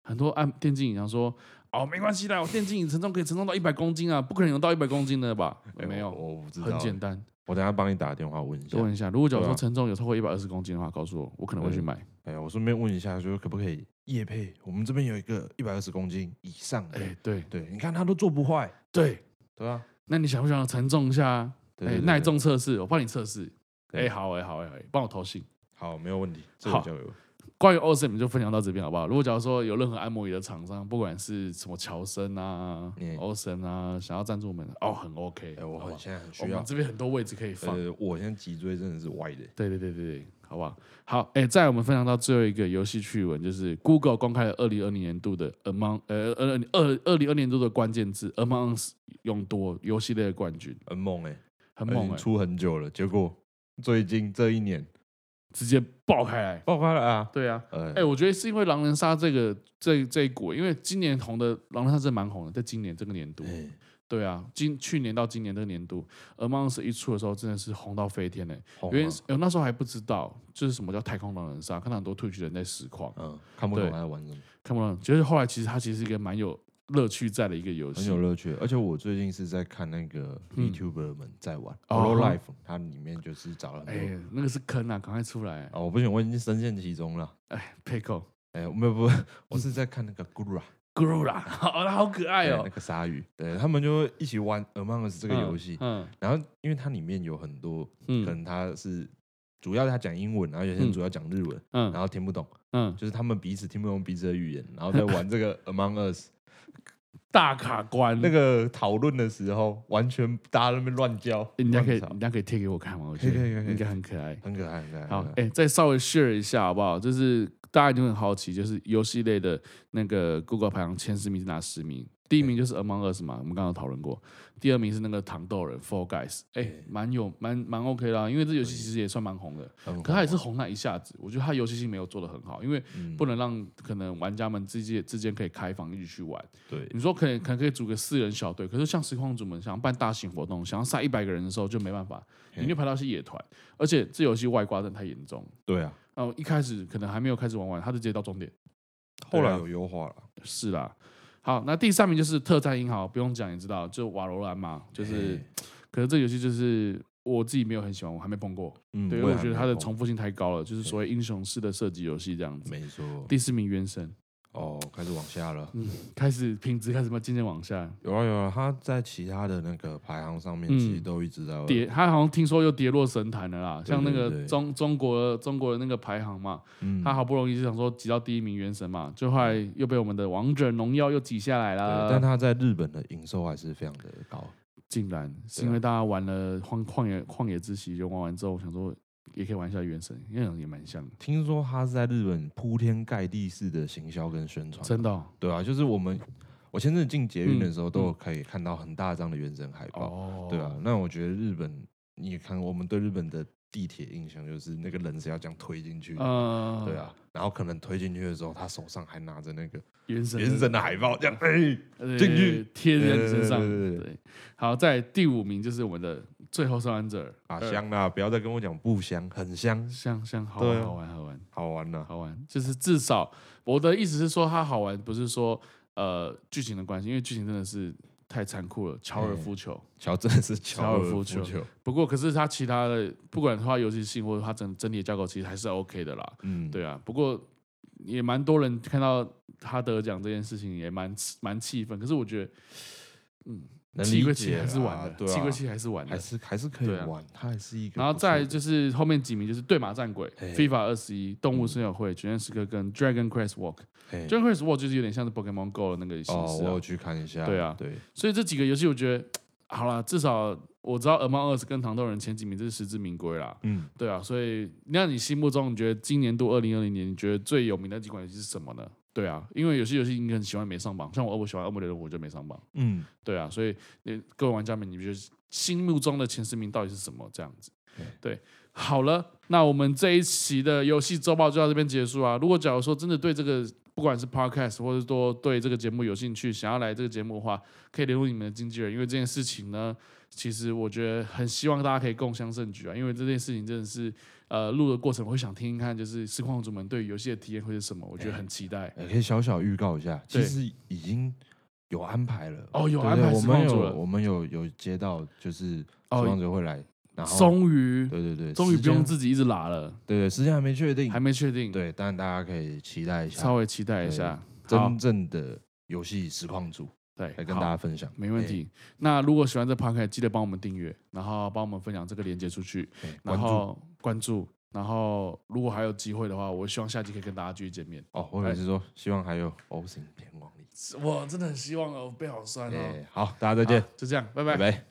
Speaker 1: 很多按电竞椅上说，哦，没关系啦，我电竞椅沉重可以沉重到一百公斤啊，不可能有到一百公斤的吧？
Speaker 2: 哎
Speaker 1: 没有，
Speaker 2: 我我不知道，欸
Speaker 1: 很简单。
Speaker 2: 我等下帮你打电话问一下
Speaker 1: 多。问一下，如果假如
Speaker 2: 对
Speaker 1: 说
Speaker 2: 啊
Speaker 1: 沉重有超过一百二十公斤的话，告诉我，我可能会去
Speaker 2: 嗯
Speaker 1: 买。
Speaker 2: 哎，我顺便问一下，就是可不可以夜配？我们这边有一个一百二十公斤以上的，
Speaker 1: 哎，对
Speaker 2: 对，你看他都做不坏，
Speaker 1: 对，
Speaker 2: 对啊，
Speaker 1: 那你想不想要沉重一下啊？
Speaker 2: 对
Speaker 1: 哎
Speaker 2: 对，对
Speaker 1: 耐重测试，我帮你测试。
Speaker 2: 对
Speaker 1: 哎，好哎，好哎，好哎，帮我投信。
Speaker 2: 好，没有问题，这
Speaker 1: 好
Speaker 2: 个交给我。
Speaker 1: 关于 OSM 我们就分享到这边好不好？如果假如说有任何按摩椅的厂商，不管是什么乔森啊、
Speaker 2: 嗯
Speaker 1: OSM 啊，想要赞助我们的，哦，很 OK，
Speaker 2: 哎，我
Speaker 1: 好不
Speaker 2: 很
Speaker 1: 好
Speaker 2: 现在很
Speaker 1: 我
Speaker 2: 需
Speaker 1: 们
Speaker 2: 要，
Speaker 1: 这边很多位置可以放。
Speaker 2: 呃，我现在脊椎真的是歪的，
Speaker 1: 对对对对对，好不好？好，哎、再我们分享到最后一个游戏趣闻，就是 Google 公开了二零二零年度的 Among 呃二二二零二年度的关键字 Among Us 用多游戏类的冠军，
Speaker 2: 很猛哎，
Speaker 1: 很
Speaker 2: 已
Speaker 1: 猛哎、
Speaker 2: 经出很久了，结果最近这一年
Speaker 1: 直接爆开来。
Speaker 2: 爆发了啊！
Speaker 1: 对啊，
Speaker 2: 呃
Speaker 1: 哎、，我觉得是因为狼人杀这个这这一股，因为今年红的狼人杀真的蛮红的，在今年这个年度，
Speaker 2: 哎
Speaker 1: 对啊，今去年到今年这个年度，Among Us 一出的时候真的是红到飞天嘞、
Speaker 2: 红
Speaker 1: 原
Speaker 2: 了
Speaker 1: 因是、呃那时候还不知道就是什么叫太空狼人杀，看到很多 Twitch 人在实况。
Speaker 2: 嗯，看不懂
Speaker 1: 对
Speaker 2: 他在玩什么，
Speaker 1: 看不懂。就是后来其实它其实是一个蛮有乐趣在的一个游
Speaker 2: 很
Speaker 1: 戏
Speaker 2: 有，乐趣。而且我最近是在看那个
Speaker 1: 嗯
Speaker 2: YouTuber 们在玩《
Speaker 1: 哦
Speaker 2: Hollow Life》，它里面就是找了很
Speaker 1: 哎、
Speaker 2: 多。
Speaker 1: 那个是坑啊，赶快出来！
Speaker 2: 哦，我不行，我已经深陷其中了。
Speaker 1: 哎，Pickle
Speaker 2: 哎，没有不，我是在看那个 Gura，
Speaker 1: Guru 啦， 哦，它好可爱
Speaker 2: 哎
Speaker 1: 哦
Speaker 2: 那，个鲨鱼，对他们就一起玩 Among Us 这
Speaker 1: 这
Speaker 2: 个游戏。
Speaker 1: 嗯
Speaker 2: 然后，因为它里面有很多，可
Speaker 1: 嗯
Speaker 2: 能它是主要他讲英文，然后有些
Speaker 1: 嗯
Speaker 2: 人主要讲日文，然
Speaker 1: 嗯
Speaker 2: 后听不懂，
Speaker 1: 嗯，
Speaker 2: 就是他们彼此听不懂彼此的语言，然 后在玩这个 Among
Speaker 1: 嗯
Speaker 2: Us。
Speaker 1: 大卡关
Speaker 2: 那个讨论的时候，完全大家在那边乱叫，
Speaker 1: 哎你家可以
Speaker 2: 乱吵
Speaker 1: 你家可以贴给我看吗？我
Speaker 2: 可以
Speaker 1: 觉得
Speaker 2: 可以可以可以
Speaker 1: 应该很可爱。
Speaker 2: 很可爱，很可爱。
Speaker 1: 好
Speaker 2: 很可，爱
Speaker 1: 哎、再稍微 share 一下好不好？就是大家一定会很好奇，就是游戏类的那个 Google 排行前十名是哪十名？第一名就是 Among Us 嘛，我们刚刚有讨论过。第二名是那个糖豆人 Four Guys，哎、
Speaker 2: 对
Speaker 1: 蛮有蛮蛮 OK 啦，因为这游戏其实也算蛮红的。
Speaker 2: 很
Speaker 1: 可它也是
Speaker 2: 好
Speaker 1: 红那一下子，我觉得它游戏性没有做得很好，因为
Speaker 2: 玩嗯
Speaker 1: 不能让可能玩家们之间之间可以开放一起去玩。
Speaker 2: 对
Speaker 1: 你说可能可能可以组个四人小队，可是像实况组们想要办大型活动，想要杀一百个人的时候就没办法，
Speaker 2: 嘿
Speaker 1: 你就排到一些野团，而且这游戏外挂真的太严重。
Speaker 2: 对啊。
Speaker 1: 然后一开始可能还没有开始玩完，他就直接到终点。
Speaker 2: 后
Speaker 1: 对
Speaker 2: 来
Speaker 1: 啊
Speaker 2: 有优化了，
Speaker 1: 是啦，好，那第三名就是特战英豪，不用讲也知道，就瓦罗兰嘛，就是
Speaker 2: 嘿，
Speaker 1: 可是这个游戏就是我自己没有很喜欢，我还没碰过。
Speaker 2: 嗯
Speaker 1: 对，因
Speaker 2: 我
Speaker 1: 为我
Speaker 2: 也还
Speaker 1: 觉得
Speaker 2: 没
Speaker 1: 它的
Speaker 2: 碰
Speaker 1: 重复性太高了，就是所谓英雄式的射击游戏这样子。
Speaker 2: 没错，
Speaker 1: 第嗯四名原神，
Speaker 2: 哦，开始往下了，
Speaker 1: 开始品质开始慢渐渐往下
Speaker 2: 有啊有啊，它在其他的那个排行上面其实
Speaker 1: 嗯
Speaker 2: 都一直在
Speaker 1: 跌，它好像听说又跌落神坛了啦。
Speaker 2: 呃对
Speaker 1: 像那
Speaker 2: 对对
Speaker 1: 个中中国中国的那个排行嘛，
Speaker 2: 嗯
Speaker 1: 它好不容易就想说挤到第一名原神嘛，就后来又被我们的王者荣耀又挤下来
Speaker 2: 对
Speaker 1: 了。
Speaker 2: 但它在日本的营收还是非常的高，
Speaker 1: 竟然是因为大家玩了荒旷野旷野之息，就玩完之后想说也可以玩一下原神，因为也蛮像的，
Speaker 2: 听说它是在日本铺天盖地式的行销跟宣传，
Speaker 1: 真的哦。
Speaker 2: 对啊，就是我们我前阵子进捷运的
Speaker 1: 嗯
Speaker 2: 时候都有可以看到很大张的原神海报，
Speaker 1: 哦
Speaker 2: 对啊，，那我觉得日本，你也看我们对日本的地铁印象就是那个人是要这样推进去的，
Speaker 1: 嗯，
Speaker 2: 对，啊，然后可能推进去的时候，他手上还拿着那个
Speaker 1: 原神
Speaker 2: 原神的海报，这样哎、
Speaker 1: 呃
Speaker 2: 进去
Speaker 1: 贴在你身上。
Speaker 2: 对对对对
Speaker 1: 对，好，在第五名就是我们的最后生还者
Speaker 2: 啊
Speaker 1: 二
Speaker 2: 香啦，不要再跟我讲不香，很香，
Speaker 1: 像像好
Speaker 2: 对
Speaker 1: 玩
Speaker 2: 啊
Speaker 1: 好玩好玩
Speaker 2: 好玩呐、
Speaker 1: 好玩，就是至少我的意思是说它好玩，不是说呃剧情的关系，因为剧情真的是太残酷了，高尔夫球。
Speaker 2: 乔真的是乔
Speaker 1: 乔尔
Speaker 2: 尔夫
Speaker 1: 夫球不过可是它其他的不管它游戏性或者它整整体的架构，其实还是 OK 的啦。
Speaker 2: 嗯，
Speaker 1: 对啊，不过也蛮多人看到他得奖这件事情也蛮蛮气愤，可是我觉得
Speaker 2: 能
Speaker 1: 气
Speaker 2: 理
Speaker 1: 归气
Speaker 2: 解
Speaker 1: 还是
Speaker 2: 啦
Speaker 1: 玩的，
Speaker 2: 对
Speaker 1: 气
Speaker 2: 啊
Speaker 1: 归，气还是玩的
Speaker 2: 还。是还是可以
Speaker 1: 对啊
Speaker 2: 玩，它还是一个不错的，
Speaker 1: 然后再来就是后面几名就是对马战鬼、
Speaker 2: 嘿嗯
Speaker 1: FIFA 二十一、动物森友会、绝境时刻跟 Dragon Quest Walk。
Speaker 2: 嘿
Speaker 1: Dragon Quest Walk 就是有点像是 Pokemon Go 的那个形
Speaker 2: 哦，
Speaker 1: 式、
Speaker 2: 我
Speaker 1: 啊
Speaker 2: 有去看一下，
Speaker 1: 对啊
Speaker 2: 对，
Speaker 1: 所以这几个游戏我觉得好啦，至少我知道 Among Us 跟糖豆人前几名这是实至名归啦。
Speaker 2: 嗯，
Speaker 1: 对啊，所以那你心目中你觉得今年度二零二零年你觉得最有名的几款游戏是什么呢？对啊，因为有些游戏你很喜欢没上榜，像我我喜欢《恶魔猎人》，我就没上榜。
Speaker 2: 嗯，
Speaker 1: 对啊，所以你各位玩家们，你们觉得心目中的前十名到底是什么？这样子
Speaker 2: 对，
Speaker 1: 对，好了，那我们这一期的游戏周报就到这边结束啊。如果假如说真的对这个不管是 podcast 或者说对这个节目有兴趣，想要来这个节目的话，可以联络你们的经纪人，因为这件事情呢，其实我觉得很希望大家可以共襄盛举啊，因为这件事情真的是。呃，录的过程我会想听听看，就是实况主们对于游戏的体验会是什么，我觉得很期待。
Speaker 2: 也可以小小预告一下，
Speaker 1: 嗯
Speaker 2: 其
Speaker 1: 对
Speaker 2: 实已经有安排了。
Speaker 1: 哦有
Speaker 2: 对
Speaker 1: 安
Speaker 2: 对
Speaker 1: 排
Speaker 2: 我
Speaker 1: 实
Speaker 2: 们
Speaker 1: 况
Speaker 2: 有
Speaker 1: 组了
Speaker 2: 我们有有接到，就是
Speaker 1: 哦
Speaker 2: 实况者会来，然后
Speaker 1: 终于，
Speaker 2: 对对对，
Speaker 1: 终于
Speaker 2: 时
Speaker 1: 不用
Speaker 2: 间
Speaker 1: 自己一直拉了，
Speaker 2: 对对，时间还没确定
Speaker 1: 还，没确定。
Speaker 2: 对，但大家可以期待一下
Speaker 1: 稍微期待一下。好
Speaker 2: 真，正的游戏实况组
Speaker 1: 对，
Speaker 2: 来跟大家
Speaker 1: 好
Speaker 2: 分享。
Speaker 1: 没问题。那如果喜欢这 p o d c a s t 记得帮我们订阅，然后帮我们分享这个链接出去，
Speaker 2: 哎，
Speaker 1: 然
Speaker 2: 关注
Speaker 1: 后关注。然后如果还有机会的话，我希望下集可以跟大家继续见面。
Speaker 2: 哦，我以为是说希望还有 O 型偏光力。
Speaker 1: 我真的很希望哦，被好酸哦。
Speaker 2: 哎，好，大家再见
Speaker 1: 好，就这样，拜拜
Speaker 2: 拜。拜。